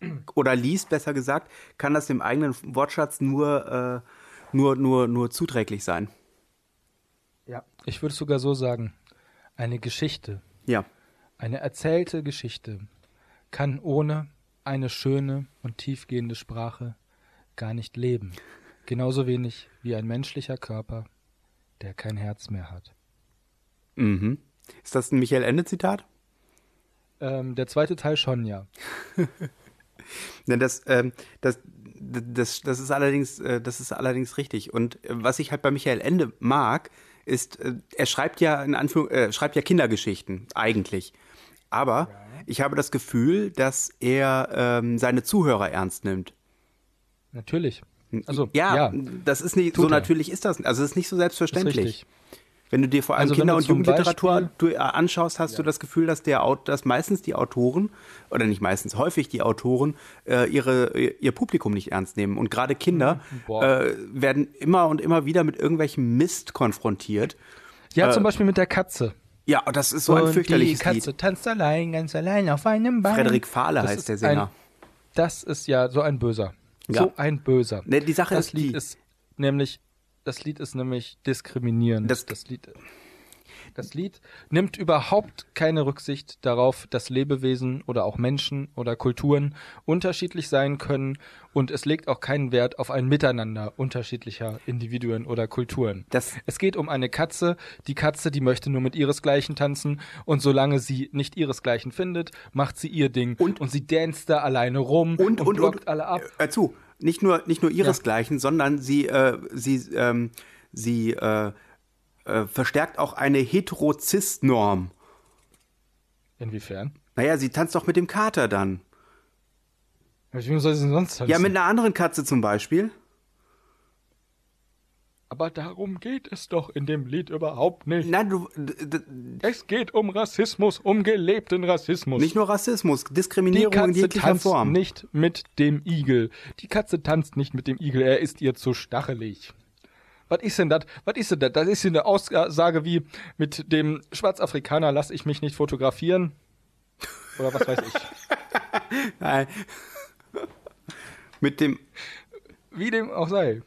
oder liest, besser gesagt, kann das dem eigenen Wortschatz nur, äh, nur, nur, nur zuträglich sein. ja. Ich würde sogar so sagen, eine Geschichte, Ja. eine erzählte Geschichte kann ohne eine schöne und tiefgehende Sprache gar nicht leben. Genauso wenig wie ein menschlicher Körper, der kein Herz mehr hat. Mhm. Ist das ein Michael Ende-Zitat? Ähm, der zweite Teil schon, ja. Nein, das, ähm, das, das, das ist allerdings, äh, das ist allerdings richtig. Und äh, was ich halt bei Michael Ende mag, ist, äh, er schreibt ja in Anführung, äh, schreibt ja Kindergeschichten eigentlich. Aber ich habe das Gefühl, dass er ähm, seine Zuhörer ernst nimmt. Natürlich. Also, ja, ja, das ist nicht Tut so er. natürlich ist das. Also es ist nicht so ist selbstverständlich. richtig. Wenn du dir vor allem Also wenn Kinder- du und zum Jugendliteratur du, äh, anschaust, hast du das Gefühl, dass, der, Au- dass meistens die Autoren, oder nicht meistens, häufig die Autoren äh, ihre, ihr Publikum nicht ernst nehmen. Und gerade Kinder Mhm. Boah. äh, werden immer und immer wieder mit irgendwelchem Mist konfrontiert. Ja, zum Beispiel mit der Katze. Ja, und das ist Äh, so ein Und die fürchterliches Katze Lied. tanzt allein, ganz allein auf einem Bein. Frederik Fahle Das heißt ist der Sänger. Ein, Das ist ja so ein Böser. Ja. So ein Böser. Ne, die Sache das ist Lied die, ist nämlich, das Lied ist nämlich diskriminierend. Das- Lied, das Lied nimmt überhaupt keine Rücksicht darauf, dass Lebewesen oder auch Menschen oder Kulturen unterschiedlich sein können und es legt auch keinen Wert auf ein Miteinander unterschiedlicher Individuen oder Kulturen. Das- es geht um eine Katze. Die Katze, die möchte nur mit ihresgleichen tanzen und solange sie nicht ihresgleichen findet, macht sie ihr Ding Und- sie danst da alleine rum und, und, blockt und alle ab. Äh, zu, nicht nur, nicht nur ihresgleichen, sondern sie, äh, sie, ähm, sie äh, äh, verstärkt auch eine Heterozist-Norm. Inwiefern? Naja, sie tanzt doch mit dem Kater dann. Mit wem soll sie denn sonst tanzen? Ja, mit einer anderen Katze zum Beispiel. Aber darum geht es doch in dem Lied überhaupt nicht. Nein, du, d- d- Es geht um Rassismus, um gelebten Rassismus. nicht nur Rassismus, die Diskriminierung in Katze jeglicher tanzt Form. nicht mit dem Igel. Die Katze tanzt nicht mit dem Igel, er ist ihr zu stachelig. Was ist denn das? Was ist denn das? Das ist hier eine Aussage wie mit dem Schwarzafrikaner lasse ich mich nicht fotografieren. Oder was weiß ich. Nein. mit dem, Wie dem auch sei.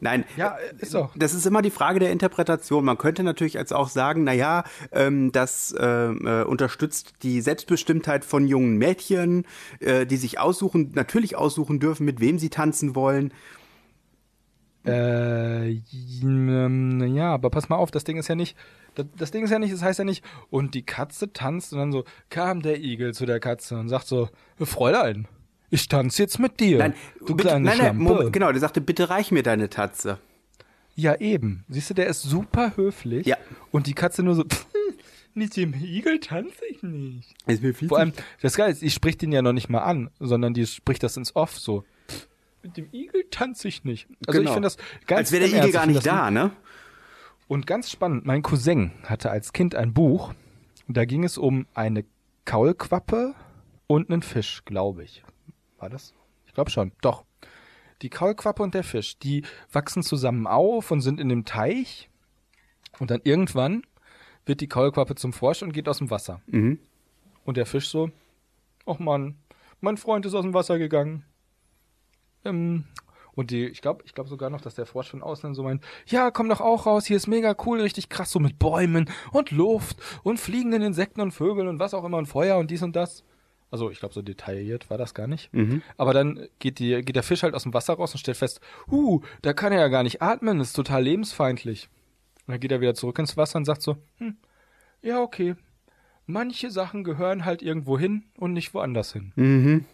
Nein, Ja, äh, ist doch. das ist immer die Frage der Interpretation. Man könnte natürlich als auch sagen, naja, ähm, das ähm, äh, unterstützt die Selbstbestimmtheit von jungen Mädchen, äh, die sich aussuchen, natürlich aussuchen dürfen, mit wem sie tanzen wollen. Äh, j- ähm, ja, aber pass mal auf, das Ding ist ja nicht, das, das Ding ist ja nicht, das heißt ja nicht, und die Katze tanzt und dann so kam der Igel zu der Katze und sagt so, Fräulein, ich tanze jetzt mit dir, Nein, du kleine nein, nein, Schlampe. Moment, genau, der sagte, bitte reich mir deine Tatze. Ja, eben. Siehst du, der ist super höflich Ja. und die Katze nur so, "Pff, mit dem Igel tanze ich nicht. Ist mir viel Vor allem, das Geile ist, ich sprich den ja noch nicht mal an, sondern die spricht das ins Off so. "Pff, Mit dem Igel tanze ich nicht. Also ich finde das ganz Genau. Als wäre im der Igel Ernst, gar ich find nicht das da, ne? Und ganz spannend, mein Cousin hatte als Kind ein Buch, und da ging es um eine Kaulquappe und einen Fisch, glaube ich. War das? Ich glaube schon, doch. Die Kaulquappe und der Fisch, die wachsen zusammen auf und sind in dem Teich. Und dann irgendwann wird die Kaulquappe zum Frosch und geht aus dem Wasser. Und der Fisch so, ach Mann, mein Freund ist aus dem Wasser gegangen. Ähm, und die, ich glaube, ich glaube sogar noch, dass der Frosch von außen dann so meint, ja, komm doch auch raus, hier ist mega cool, richtig krass, so mit Bäumen und Luft und fliegenden Insekten und Vögeln und was auch immer und Feuer und dies und das. Also ich glaube, so detailliert war das gar nicht. Aber dann geht, die, geht der Fisch halt aus dem Wasser raus und stellt fest, huh, da kann er ja gar nicht atmen, ist total lebensfeindlich. Und dann geht er wieder zurück ins Wasser und sagt so, hm, ja, okay. Manche Sachen gehören halt irgendwo hin und nicht woanders hin.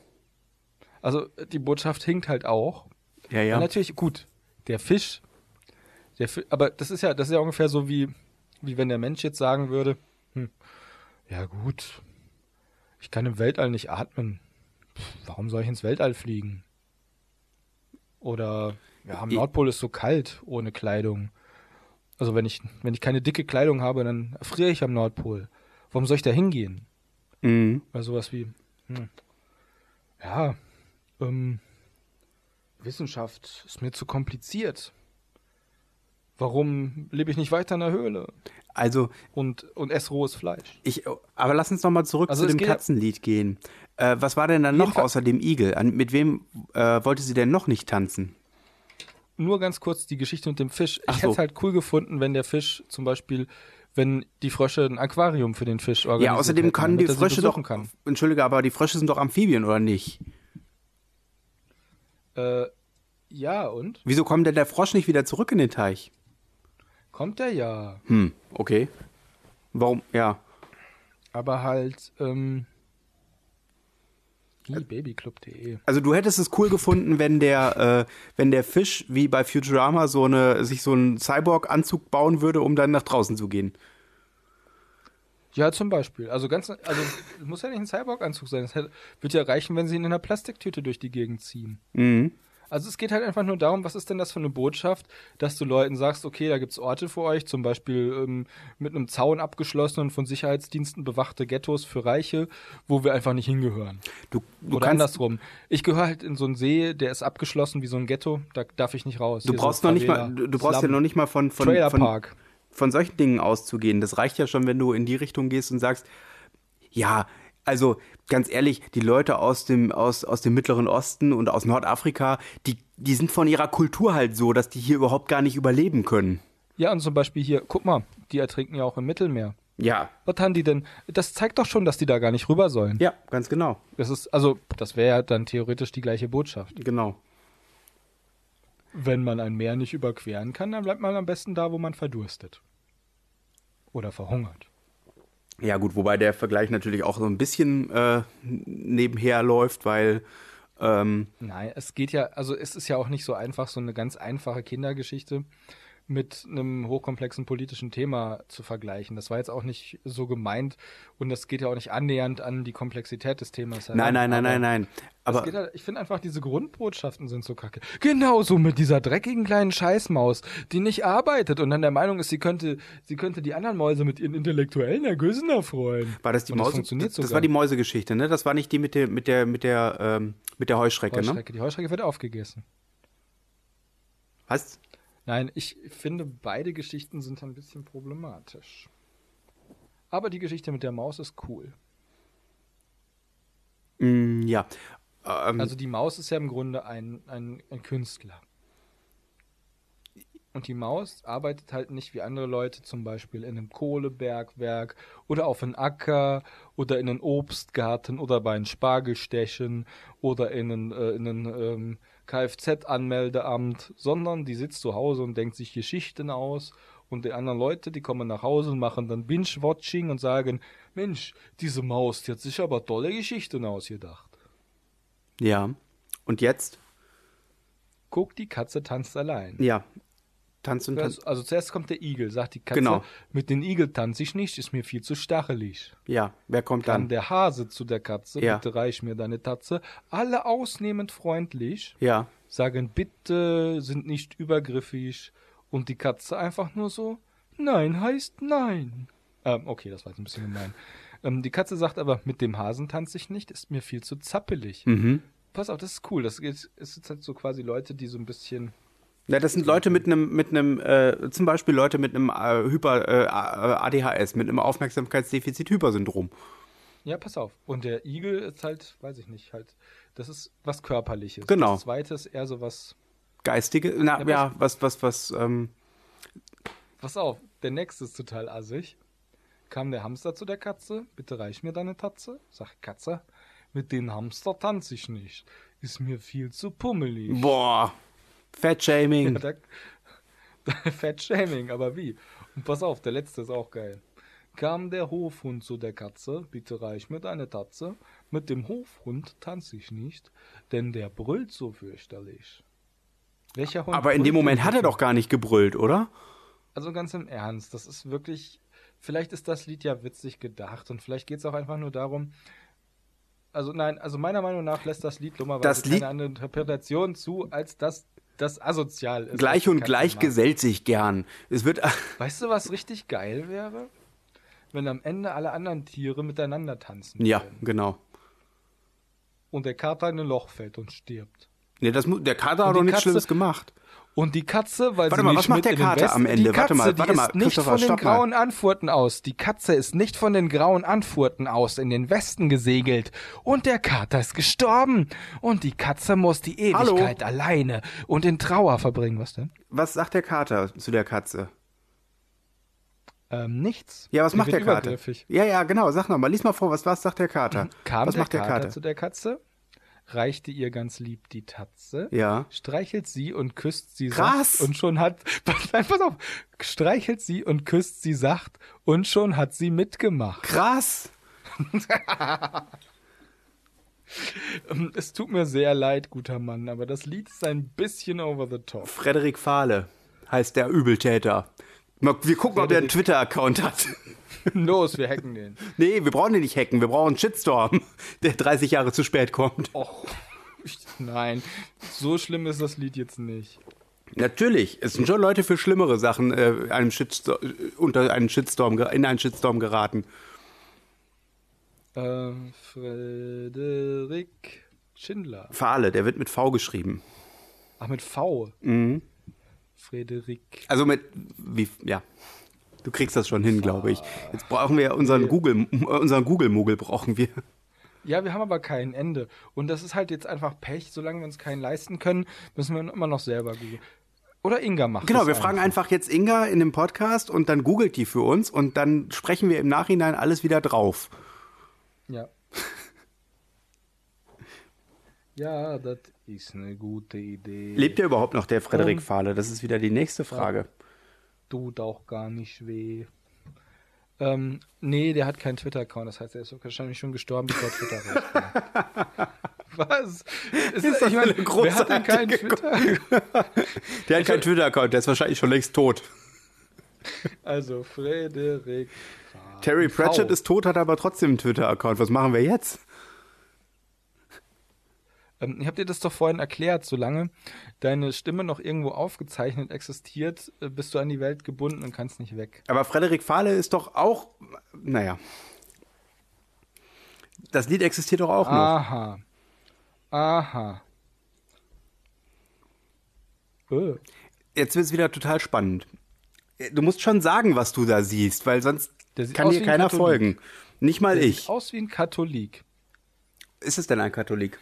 Also die Botschaft hinkt halt auch. Ja, ja. Natürlich, gut, der Fisch, der Fi aber das ist ja, das ist ja ungefähr so wie, wie wenn der Mensch jetzt sagen würde, hm, ja gut, ich kann im Weltall nicht atmen. Pff, warum soll ich ins Weltall fliegen? Oder ja, am Ich- Nordpol ist so kalt ohne Kleidung. Also wenn ich, wenn ich keine dicke Kleidung habe, dann friere ich am Nordpol. Warum soll ich da hingehen? Mhm. Oder sowas wie, hm, ja, ähm, Wissenschaft ist mir zu kompliziert. Warum lebe ich nicht weiter in der Höhle Also, und, und esse rohes Fleisch? Ich, aber lass uns noch mal zurück Also zu es dem geht ja- Katzenlied gehen. Äh, was war denn dann noch Jedenfalls- außer dem Igel? An, mit wem äh, wollte sie denn noch nicht tanzen? Nur ganz kurz die Geschichte mit dem Fisch. Ich Ach hätte es so. halt cool gefunden, wenn der Fisch zum Beispiel, wenn die Frösche ein Aquarium für den Fisch Ja, organisieren. außerdem können die Frösche doch. Kann. Entschuldige, aber die Frösche sind doch Amphibien, oder nicht? Äh, ja, und? Wieso kommt denn der Frosch nicht wieder zurück in den Teich? Kommt er ja. Hm, okay. Warum? Ja. Aber halt, ähm, Äh, die babyclub.de. Also du hättest es cool gefunden, wenn der, äh, wenn der Fisch wie bei Futurama so eine, sich so einen Cyborg-Anzug bauen würde, um dann nach draußen zu gehen. Ja, zum Beispiel. Also ganz, also es muss ja nicht ein Cyborg-Anzug sein. Es hätte- wird ja reichen, wenn sie ihn in einer Plastiktüte durch die Gegend ziehen. Mhm. Also es geht halt einfach nur darum, was ist denn das für eine Botschaft, dass du Leuten sagst, okay, da gibt's Orte für euch, zum Beispiel ähm, mit einem Zaun abgeschlossene und von Sicherheitsdiensten bewachte Ghettos für Reiche, wo wir einfach nicht hingehören. Du, du Oder kannst andersrum. Ich gehöre halt in so einen See, der ist abgeschlossen wie so ein Ghetto, da darf ich nicht raus. Du Hier brauchst so noch nicht mal, Favela, du, du brauchst ja Slum, noch nicht mal von, von, von, Trailerpark. von solchen Dingen auszugehen. Das reicht ja schon, wenn du in die Richtung gehst und sagst, ja, Also ganz ehrlich, die Leute aus dem, aus, aus dem Mittleren Osten und aus Nordafrika, die, die sind von ihrer Kultur halt so, dass die hier überhaupt gar nicht überleben können. Ja, und zum Beispiel hier, guck mal, die ertrinken ja auch im Mittelmeer. Ja. Was haben die denn? Das zeigt doch schon, dass die da gar nicht rüber sollen. Ja, ganz genau. Das ist, also, das wäre ja dann theoretisch die gleiche Botschaft. Genau. Wenn man ein Meer nicht überqueren kann, dann bleibt man am besten da, wo man verdurstet. Oder verhungert. Ja, gut, wobei der Vergleich natürlich auch so ein bisschen äh, nebenher läuft, weil ähm, Nein, es geht ja, also es ist ja auch nicht so einfach, so eine ganz einfache Kindergeschichte mit einem hochkomplexen politischen Thema zu vergleichen. Das war jetzt auch nicht so gemeint und das geht ja auch nicht annähernd an die Komplexität des Themas. heran. nein, nein, nein, nein, Aber nein. es Aber geht halt, ich finde einfach, diese Grundbotschaften sind so kacke. Genauso mit dieser dreckigen kleinen Scheißmaus, die nicht arbeitet und dann der Meinung ist, sie könnte, sie könnte die anderen Mäuse mit ihren intellektuellen Ergüssen erfreuen. war das die Und Maus? Das funktioniert das sogar. war die Mäusegeschichte, ne? Das war nicht die mit der mit der mit der ähm, mit der Heuschrecke, ne? Heuschrecke. Die Heuschrecke wird aufgegessen. Was? Nein, ich finde, beide Geschichten sind ein bisschen problematisch. Aber die Geschichte mit der Maus ist cool. Mm, ja. Ähm, Also die Maus ist ja im Grunde ein, ein, ein Künstler. Und die Maus arbeitet halt nicht wie andere Leute, zum Beispiel in einem Kohlebergwerk oder auf einem Acker oder in einem Obstgarten oder bei einem Spargelstechen oder in einem, äh, in einem ähm, Kfz-Anmeldeamt, sondern die sitzt zu Hause und denkt sich Geschichten aus und die anderen Leute, die kommen nach Hause und machen dann Binge-Watching und sagen, Mensch, diese Maus, die hat sich aber tolle Geschichten ausgedacht. ja. Und jetzt? Guck, die Katze tanzt allein. Ja. Tanz und Tanz. Also, also zuerst kommt der Igel, sagt die Katze. Genau. Mit den Igel tanze ich nicht, ist mir viel zu stachelig. Ja. Wer kommt Dann dann? der Hase zu der Katze, Ja. bitte reich mir deine Tatze. Alle ausnehmend freundlich, Ja. sagen bitte, sind nicht übergriffig. Und die Katze einfach nur so, nein heißt nein. Ähm, okay, das war jetzt ein bisschen gemein. Ähm, die Katze sagt aber, mit dem Hasen tanze ich nicht, ist mir viel zu zappelig. Mhm. Pass auf, das ist cool. Das geht, ist jetzt halt so quasi Leute, die so ein bisschen Ja, das sind Leute mit einem, mit einem, äh, zum Beispiel Leute mit einem äh, Hyper äh, ADHS, mit einem Aufmerksamkeitsdefizit-Hypersyndrom. Ja, pass auf. Und der Igel ist halt, weiß ich nicht, halt, das ist was Körperliches. Genau. Das zweite ist eher so was, Geistige, na Ja, ja, was- was, was, was, ähm, pass auf, der nächste ist total assig. Kam der Hamster zu der Katze, bitte reich mir deine Tatze. Sagt Katze, mit den Hamster tanze ich nicht. Ist mir viel zu pummelig. boah, Fat-Shaming. Ja, da- Fat Shaming, aber wie? Und pass auf, der letzte ist auch geil. Kam der Hofhund zu der Katze, bitte reich mir deine Tatze. Mit dem Hofhund tanze ich nicht, denn der brüllt so fürchterlich. Welcher Hund? Aber in dem brüllt Moment denn hat er so? doch gar nicht gebrüllt, oder? Also ganz im Ernst, das ist wirklich. Vielleicht ist das Lied ja witzig gedacht und vielleicht geht es auch einfach nur darum. Also nein, also meiner Meinung nach lässt das Lied dummerweise Das Lied- keine andere Interpretation zu, als dass das asozial ist. was Gleich die und Katze gleich macht. gesellt sich gern. Es wird, Weißt du, was richtig geil wäre? Wenn am Ende alle anderen Tiere miteinander tanzen ja, würden genau. und der Kater in ein Loch fällt und stirbt. Nee, das, mu- der Kater Und hat die doch nichts Katze- Schlimmes gemacht. Und die Katze, weil Warte sie mal, nicht was macht mit der in den Kater Westen, am Ende? Die Katze, Warte mal, warte die mal, ist nicht Christopher, von den stopp mal. grauen Anfurten aus. Die Katze ist nicht von den grauen Anfurten aus in den Westen gesegelt. Und der Kater ist gestorben. Und die Katze muss die Hallo? Ewigkeit alleine und in Trauer verbringen. Was denn? Was sagt der Kater zu der Katze? Ähm, nichts. Ja, was Die macht der wird Kater? übergriffig. Ja, ja, genau, sag nochmal, lies mal vor, was, was sagt der Kater? Kam was der, macht der Kater, Kater? zu der Katze, reichte ihr ganz lieb die Tatze, Ja. streichelt sie und küsst sie Krass! sacht und schon hat pass, nein, pass auf, streichelt sie und küsst sie sacht und schon hat sie mitgemacht. Krass! Ähm, Es tut mir sehr leid, guter Mann, aber das Lied ist ein bisschen over the top. Frederik Fahle heißt der Übeltäter. Mal- Wir gucken, ob er einen Frederik. Twitter-Account hat. Los, wir hacken den. Nee, wir brauchen den nicht hacken, wir brauchen einen Shitstorm, der 30 Jahre zu spät kommt. Och. ich- Nein, so schlimm ist das Lied jetzt nicht. Natürlich, es sind schon Leute für schlimmere Sachen äh, einem Shitstorm, unter einen Shitstorm, ge- in einen Shitstorm geraten. Ähm, Frederik Schindler. Fahle, der wird mit V geschrieben. Mhm. Ach, mit V. Frederik Also mit, wie, ja. Du kriegst das schon hin, glaube ich. Jetzt brauchen wir unseren Google, unseren Google-Mogel brauchen wir. Ja, wir haben aber kein Ende. Und das ist halt jetzt einfach Pech. Solange wir uns keinen leisten können, müssen wir ihn immer noch selber googeln. Oder Inga macht Genau, das wir fragen einfach jetzt Inga in dem Podcast und dann googelt die für uns und dann sprechen wir im Nachhinein alles wieder drauf. Ja. Ja, das ist eine gute Idee. Lebt der überhaupt noch, der Frederik Fahle? Das ist wieder die nächste Frage. Tut auch gar nicht weh. Ähm, nee, der hat keinen Twitter-Account. Das heißt, er ist wahrscheinlich schon gestorben, bevor Twitter rauskam. Was? Ist, das ich meine, eine wer hat denn keinen großartige Twitter? Der hat keinen Twitter-Account, der ist wahrscheinlich schon längst tot. Also, Frederik. Terry Pratchett V. ist tot, hat aber trotzdem einen Twitter-Account. Was machen wir jetzt? Ähm, ich habe dir das doch vorhin erklärt. Solange deine Stimme noch irgendwo aufgezeichnet existiert, äh, bist du an die Welt gebunden und kannst nicht weg. Aber Frederik Fahle ist doch auch, naja. Das Lied existiert doch auch noch. Aha. Aha. Äh. Jetzt wird es wieder total spannend. Äh, Du musst schon sagen, was du da siehst, weil sonst Der sieht kann aus dir wie ein keiner Katholik. folgen. Nicht mal Der ich. Sieht aus wie ein Katholik. Ist es denn ein Katholik?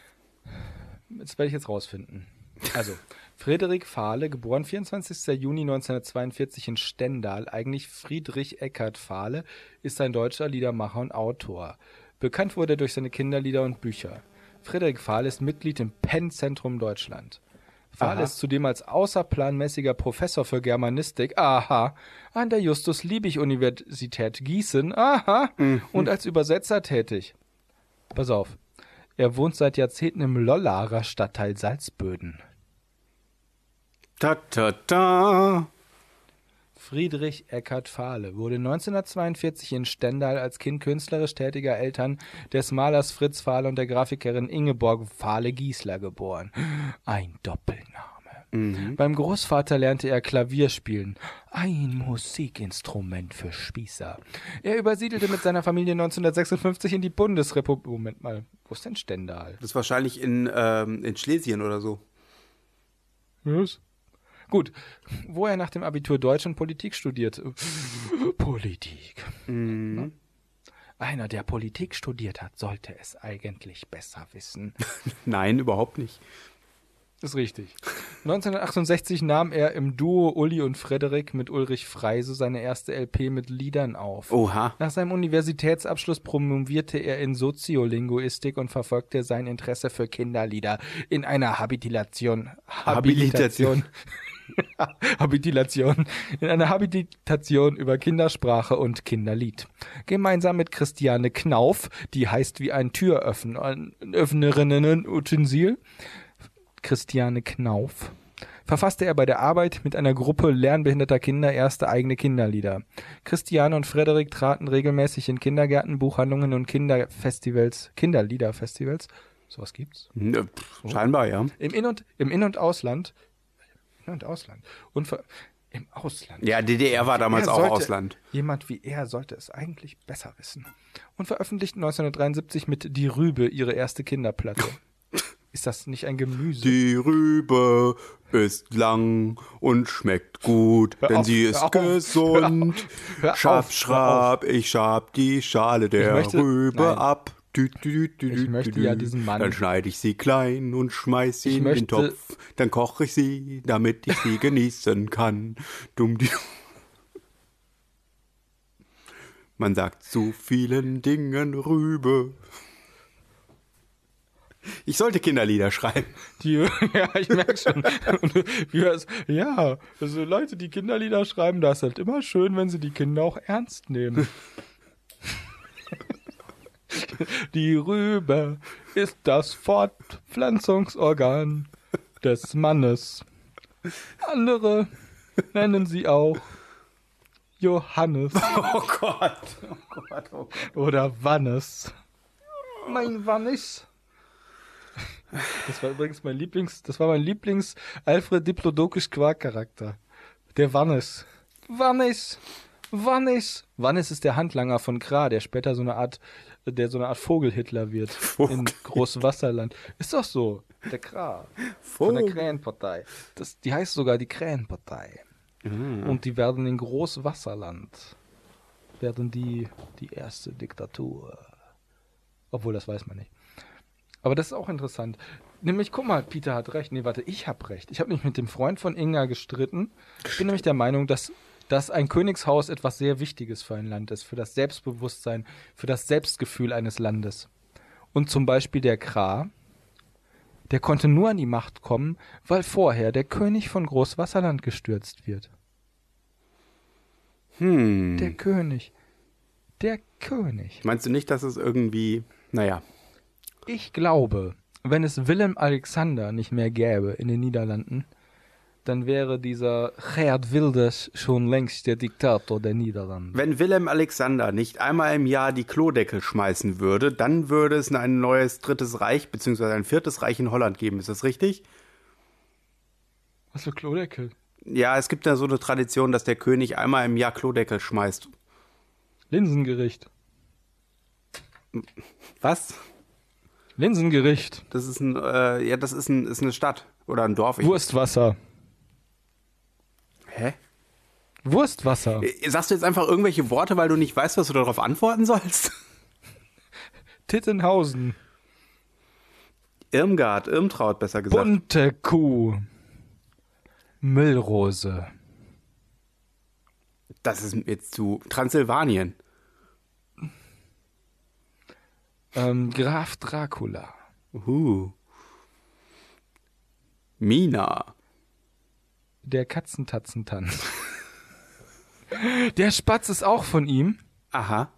Das werde ich jetzt rausfinden. Also, Frederik Fahle, geboren 24. Juni 1942 in Stendal, eigentlich Friedrich Eckart Fahle, ist ein deutscher Liedermacher und Autor. Bekannt wurde er durch seine Kinderlieder und Bücher. Frederik Fahle ist Mitglied im Penn-Zentrum Deutschland. Fahle Aha. ist zudem als außerplanmäßiger Professor für Germanistik, aha, an der Justus-Liebig-Universität Gießen, aha, und als Übersetzer tätig. Pass auf. Er wohnt seit Jahrzehnten im Lollarer Stadtteil Salzböden. Ta ta ta. Friedrich Eckart Fahle wurde 1942 in Stendal als Kind künstlerisch tätiger Eltern des Malers Fritz Fahle und der Grafikerin Ingeborg Fahle Giesler geboren. Ein Doppelname. Beim Großvater lernte er Klavier spielen. Ein Musikinstrument für Spießer. Er übersiedelte mit seiner Familie 1956 in die Bundesrepublik. Moment mal, wo ist denn Stendal? Das ist wahrscheinlich in, ähm, in Schlesien oder so. Was? Gut, wo er nach dem Abitur Deutsch und Politik studierte. Politik. Einer, der Politik studiert hat, sollte es eigentlich besser wissen. Nein, überhaupt nicht. Ist richtig. 1968 nahm er im Duo Uli und Frederik mit Ulrich Freise seine erste LP mit Liedern auf. Oha. Nach seinem Universitätsabschluss promovierte er in Soziolinguistik und verfolgte sein Interesse für Kinderlieder in einer Habilitation. Habilitation. Habilitation. In einer Habilitation über Kindersprache und Kinderlied. Gemeinsam mit Christiane Knauf, die heißt wie ein Türöffnerinnen-Utensil, Christiane Knauf, verfasste er bei der Arbeit mit einer Gruppe lernbehinderter Kinder erste eigene Kinderlieder. Christiane und Frederik traten regelmäßig in Kindergärten, Buchhandlungen und Kinderfestivals, Kinderliederfestivals, sowas gibt's, Nö, äh, pff, Scheinbar, ja. im In- und, im In- und Ausland, In- und Ausland, und ver- im Ausland. Ja, DDR war damals Er auch sollte- Ausland. Jemand wie er sollte es eigentlich besser wissen. Und veröffentlichte 1973 mit Die Rübe ihre erste Kinderplatte. Ist das nicht ein Gemüse? Die Rübe ist lang und schmeckt gut, Hör denn auf, sie hör ist auf, gesund. hör auf, schab, hör schab, ich schab die Schale der möchte- Rübe Nein. ab. Dü, dü, dü, dü, Ich dü, möchte dü. ja diesen Mann- Dann schneide ich sie klein und schmeiß sie Ich in den möchte- Topf. Dann koche ich sie, damit ich sie genießen kann. Dumm die. Man sagt zu vielen Dingen Rübe. Ich sollte Kinderlieder schreiben. Die, ja, ich merke schon. Und, wie das, ja, also Leute, die Kinderlieder schreiben, da ist halt immer schön, wenn sie die Kinder auch ernst nehmen. Die Rübe ist das Fortpflanzungsorgan des Mannes. Andere nennen sie auch Johannes Oh Gott. Oh Gott, oh Gott. oder Wannes. Mein Wannes. Das war übrigens mein Lieblings, das war mein Lieblings Alfred Diplodocus Quark Charakter. Der Wannes. Wannes. Wannes. Wannes ist der Handlanger von Kra, der später so eine Art, der so eine Art Vogel-Hitler wird. In Vogel. Großwasserland. Ist doch so. Der Kra. Von der Krähenpartei. Das, die heißt sogar die Krähenpartei. Und die werden in Großwasserland, werden die die erste Diktatur. Obwohl, das weiß man nicht. Aber das ist auch interessant. Nämlich, guck mal, Peter hat recht. Nee, warte, ich habe recht. Ich habe mich mit dem Freund von Inga gestritten. Ich bin nämlich der Meinung, dass, dass ein Königshaus etwas sehr Wichtiges für ein Land ist, für das Selbstbewusstsein, für das Selbstgefühl eines Landes. Und zum Beispiel der Kra, der konnte nur an die Macht kommen, weil vorher der König von Großwasserland gestürzt wird. Hm. Der König. Der König. Meinst du nicht, dass es irgendwie, naja, Ich glaube, wenn es Willem Alexander nicht mehr gäbe in den Niederlanden, dann wäre dieser Geert Wilders schon längst der Diktator der Niederlande. wenn Willem Alexander nicht einmal im Jahr die Klodeckel schmeißen würde, dann würde es ein neues drittes Reich beziehungsweise ein viertes Reich in Holland geben. Ist das richtig? Was für Klodeckel? Ja, es gibt da so eine Tradition, dass der König einmal im Jahr Klodeckel schmeißt. Linsengericht. Was? Linsengericht. Das ist ein, äh, ja, das ist, ein, ist eine Stadt oder ein Dorf. Ich, Äh, Wurstwasser. hä? Wurstwasser. Sagst du jetzt einfach irgendwelche Worte, weil du nicht weißt, was du darauf antworten sollst? Tittenhausen. Irmgard, Irmtraut besser gesagt. Bunte Kuh. Müllrose. Das ist jetzt zu Transsilvanien. Ähm, Graf Dracula. Uhu. Mina. Der Katzentatzentanz. Der Spatz ist auch von ihm. Aha.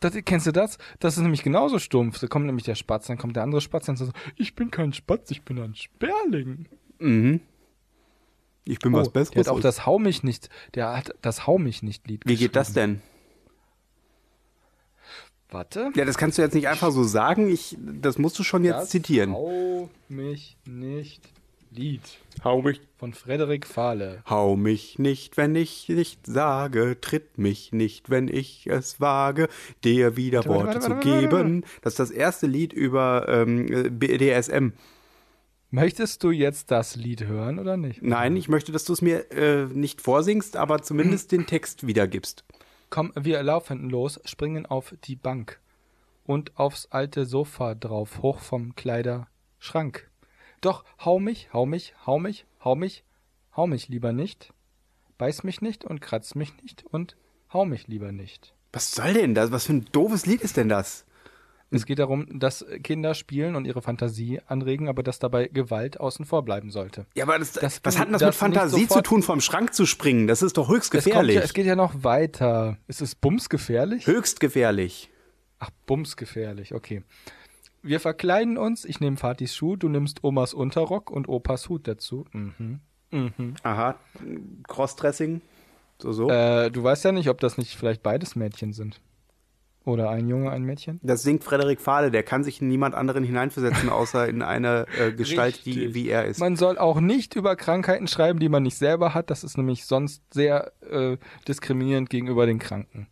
Das, kennst du das? Das ist nämlich genauso stumpf. Da kommt nämlich der Spatz, dann kommt der andere Spatz und so, ich bin kein Spatz, ich bin ein Sperling. Ich bin Oh, was der Besseres. hat auch das Hau mich nicht, der hat das Hau mich nicht Lied Wie geht das geschrieben. denn? Warte. Ja, das kannst du jetzt nicht einfach so sagen. Ich, das musst du schon jetzt Das zitieren. Hau mich nicht Lied Hau mich. von Frederik Fahle. Hau mich nicht, wenn ich nicht sage, tritt mich nicht, wenn ich es wage, dir wieder warte, Worte warte, zu warte, warte, geben. Das ist das erste Lied über ähm, äh, BDSM. Möchtest du jetzt das Lied hören oder nicht? Nein, ich möchte, dass du es mir äh, nicht vorsingst, aber zumindest den Text wiedergibst. Komm, wir laufen los, springen auf die Bank und aufs alte Sofa drauf, hoch vom Kleiderschrank. Doch hau mich, hau mich, hau mich, hau mich, hau mich lieber nicht, beiß mich nicht und kratz mich nicht und hau mich lieber nicht. Was soll denn das? Was für ein doofes Lied ist denn das? Es geht darum, dass Kinder spielen und ihre Fantasie anregen, aber dass dabei Gewalt außen vor bleiben sollte. Ja, aber das, Dass was du- hat denn das mit dass du nicht Fantasie zu sofort- tun, vom Schrank zu springen? Das ist doch höchst Es, kommt gefährlich. ja, es geht ja noch weiter. Ist es bumsgefährlich? höchst gefährlich. Ach, bumsgefährlich, okay. Wir verkleiden uns, ich nehme Fatis Schuh, du nimmst Omas Unterrock und Opas Hut dazu. Mhm. Aha, Crossdressing, so, so. Äh, du weißt ja nicht, ob das nicht vielleicht beides Mädchen sind. Oder ein Junge, ein Mädchen. das singt Frederik Fahle, der kann sich in niemand anderen hineinversetzen, außer in eine äh, Gestalt, die Richtig. wie er ist. Man soll auch nicht über Krankheiten schreiben, die man nicht selber hat. Das ist nämlich sonst sehr äh, diskriminierend gegenüber den Kranken.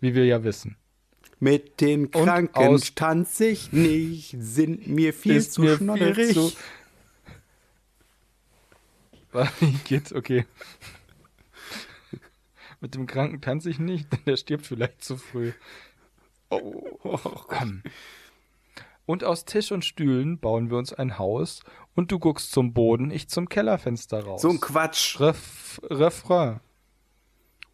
Wie wir ja wissen. Mit den Und Kranken aus- tanze ich nicht, sind mir viel zu schnodderig. Warte, geht's? Okay. Mit dem Kranken tanze ich nicht, denn der stirbt vielleicht zu früh. Oh. Ähm. Und aus Tisch und Stühlen bauen wir uns ein Haus und du guckst zum Boden, ich zum Kellerfenster raus. So ein Quatsch. Ref Refrain.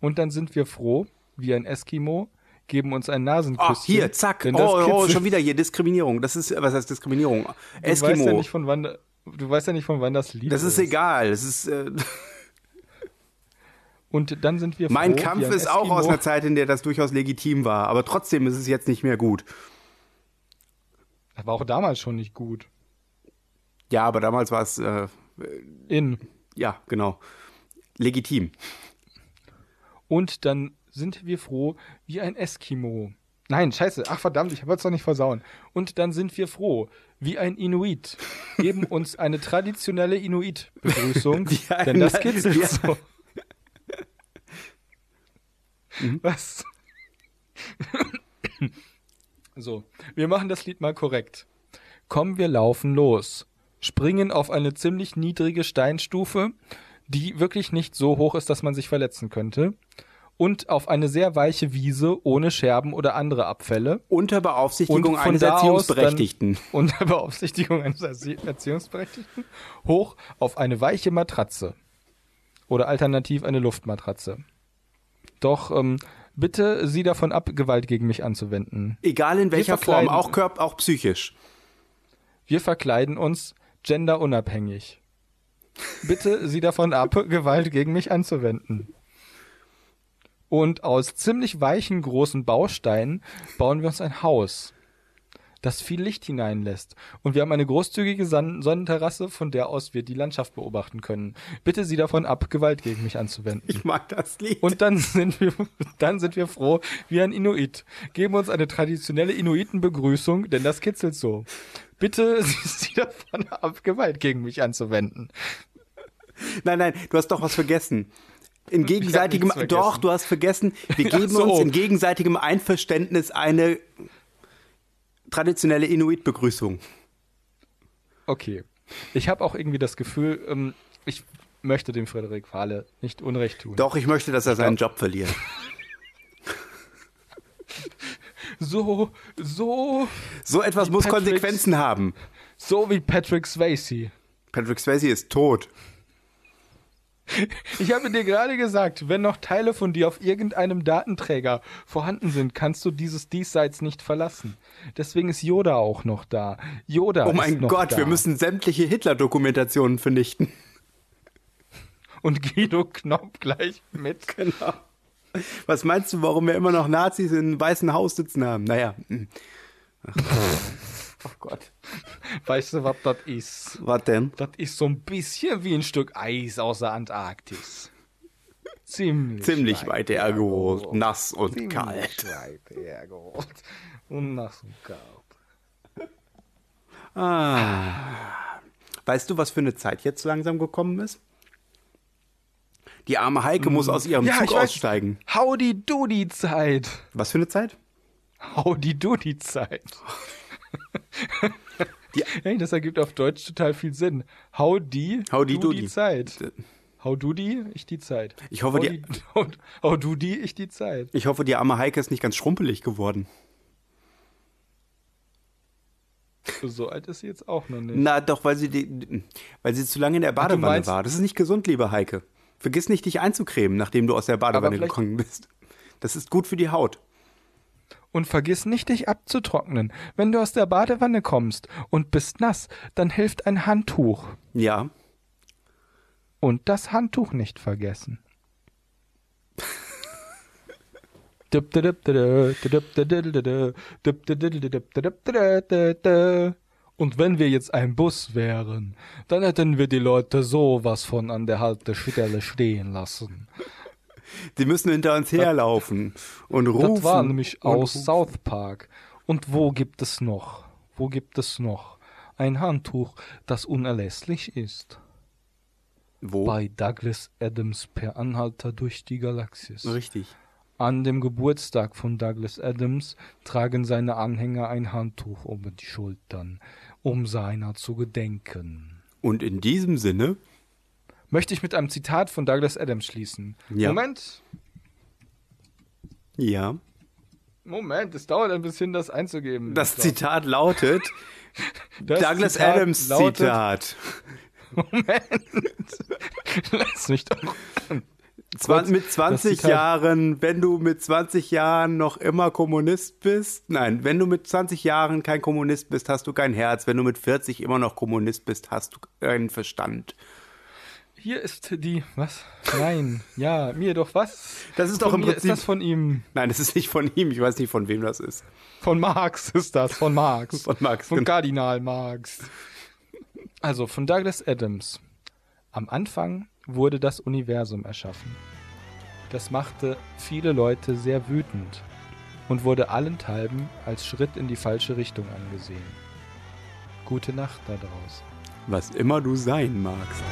Und dann sind wir froh, wie ein Eskimo, geben uns ein Nasenküsschen. Ach, Ah, hier, zack. denn das Oh, oh, kitzelt- schon wieder hier, Diskriminierung. Das ist, was heißt Diskriminierung? Du weißt ja Eskimo. nicht, von wann, da- du weißt ja nicht, von wann das Lied das ist egal. Das ist, äh, Und dann sind wir Mein froh, wie Kampf ein ist auch Eskimo- aus einer Zeit, in der das durchaus legitim war, aber trotzdem ist es jetzt nicht mehr gut. Das war auch damals schon nicht gut. Ja, aber damals war es, äh, In. ja, genau, legitim. Und dann sind wir froh wie ein Eskimo. Nein, scheiße. Ach verdammt, ich wollte es doch nicht versauen. Und dann sind wir froh wie ein Inuit. Geben uns eine traditionelle Inuit-Begrüßung, Wie ein- denn das kitzelt wie ein- so. Mhm. Was? so, wir machen das Lied mal korrekt. Komm, wir laufen los. Springen auf eine ziemlich niedrige Steinstufe, die wirklich nicht so hoch ist, dass man sich verletzen könnte. Und auf eine sehr weiche Wiese ohne Scherben oder andere Abfälle. Unter Beaufsichtigung Und von eines da aus Erziehungsberechtigten. Dann, unter Beaufsichtigung eines Erzie- Erziehungsberechtigten. Hoch auf eine weiche Matratze. Oder alternativ eine Luftmatratze. Doch ähm, bitte sie davon ab, Gewalt gegen mich anzuwenden. Egal in welcher Form, verkleiden- auch, körp auch psychisch. Wir verkleiden uns genderunabhängig. Bitte sie davon ab, Gewalt gegen mich anzuwenden. Und aus ziemlich weichen großen Bausteinen bauen wir uns ein Haus, das viel Licht hineinlässt. Und wir haben eine großzügige San Sonnenterrasse, von der aus wir die Landschaft beobachten können. Bitte sie davon ab, Gewalt gegen mich anzuwenden. Ich mag das Lied. Und dann sind wir, dann sind wir froh wie ein Inuit. Geben uns eine traditionelle Inuitenbegrüßung, denn das kitzelt so. Bitte sie sie davon ab, Gewalt gegen mich anzuwenden. Nein, nein, du hast doch was vergessen. In gegenseitigem, nichts vergessen. doch, du hast vergessen, wir Ach geben so. uns in gegenseitigem Einverständnis eine traditionelle Inuit-Begrüßung. Okay. Ich habe auch irgendwie das Gefühl, ähm, ich möchte dem Frederik Fahle nicht Unrecht tun. Doch, ich möchte, dass er seinen Job verliert. So, so, So etwas muss Patrick's- Konsequenzen haben. so wie Patrick Swayze. Patrick Swayze ist tot. Ich habe dir gerade gesagt, wenn noch Teile von dir auf irgendeinem Datenträger vorhanden sind, kannst du dieses Diesseits nicht verlassen. Deswegen ist Yoda auch noch da. Yoda Oh ist mein noch Gott, da. wir müssen sämtliche Hitler-Dokumentationen vernichten. und Guido Knopf gleich mit. Genau. Was meinst du, warum wir immer noch Nazis im Weißen Haus sitzen haben? Naja. hm. Ach. Oh Gott. Weißt du, was das ist? Was denn? Das ist so ein bisschen wie ein Stück Eis aus der Antarktis. Ziemlich. Ziemlich weit ergo, nass und kalt. weit hergeholt. Und nach so kalt. Ah. Weißt du, was für eine Zeit jetzt langsam gekommen ist? Die arme Heike muss aus ihrem Zug aussteigen. Howdy Doody Zeit. Was für eine Zeit? Howdy Doody Zeit. Die- hey, das ergibt auf Deutsch total viel Sinn. Howdy, Howdy du doody. die Zeit. How du die, ich die Zeit. Ich hoffe, Howdy, die- How, how du die, ich die Zeit. Ich hoffe, die arme Heike ist nicht ganz schrumpelig geworden. So alt ist sie jetzt auch noch nicht. Na doch, weil sie, die, weil sie zu lange in der Badewanne meinst- war. Das ist nicht gesund, liebe Heike. Vergiss nicht, dich einzucremen, nachdem du aus der Badewanne vielleicht- gekommen bist. Das ist gut für die Haut. Und vergiss nicht, dich abzutrocknen. Wenn du aus der Badewanne kommst und bist nass, dann hilft ein Handtuch. Ja. Und das Handtuch nicht vergessen. Dup, dup, dup, dup, dup, dup, dup, dup, dup, dup, dup, dup, dup, dup, dup, dup, dup. Und wenn wir jetzt ein Bus wären, dann hätten wir die Leute sowas von an der Haltestelle stehen lassen. Die müssen hinter uns herlaufen und rufen. Das war nämlich und aus South Park. Und wo gibt es noch? Wo gibt es noch? Ein Handtuch, das unerlässlich ist. Wo? Bei Douglas Adams per Anhalter durch die Galaxis. Richtig. An dem Geburtstag von Douglas Adams tragen seine Anhänger ein Handtuch über die Schultern, um seiner zu gedenken. Und in diesem Sinne. Möchte ich mit einem Zitat von Douglas Adams schließen. Ja. Moment, Ja. Moment, es dauert ein bisschen, das einzugeben. Das Zitat. Zitat lautet Das Douglas Zitat Adams lautet- Zitat. Lass mich doch. Zwan mit 20 Zitat- Jahren, wenn du mit 20 Jahren noch immer Kommunist bist, nein, wenn du mit 20 Jahren kein Kommunist bist, hast du kein Herz. Wenn du mit 40 immer noch Kommunist bist, hast du keinen Verstand. Hier ist die. Was? Nein. Ja, mir doch was? Das ist von doch im mir Prinzip- Ist das von ihm? Nein, das ist nicht von ihm. Ich weiß nicht, von wem das ist. Von Marx ist das. Von Marx. Von Marx, Von genau. Kardinal Marx. Also von Douglas Adams. Am Anfang wurde das Universum erschaffen. Das machte viele Leute sehr wütend und wurde allenthalben als Schritt in die falsche Richtung angesehen. Gute Nacht da draußen. Was immer du sein magst.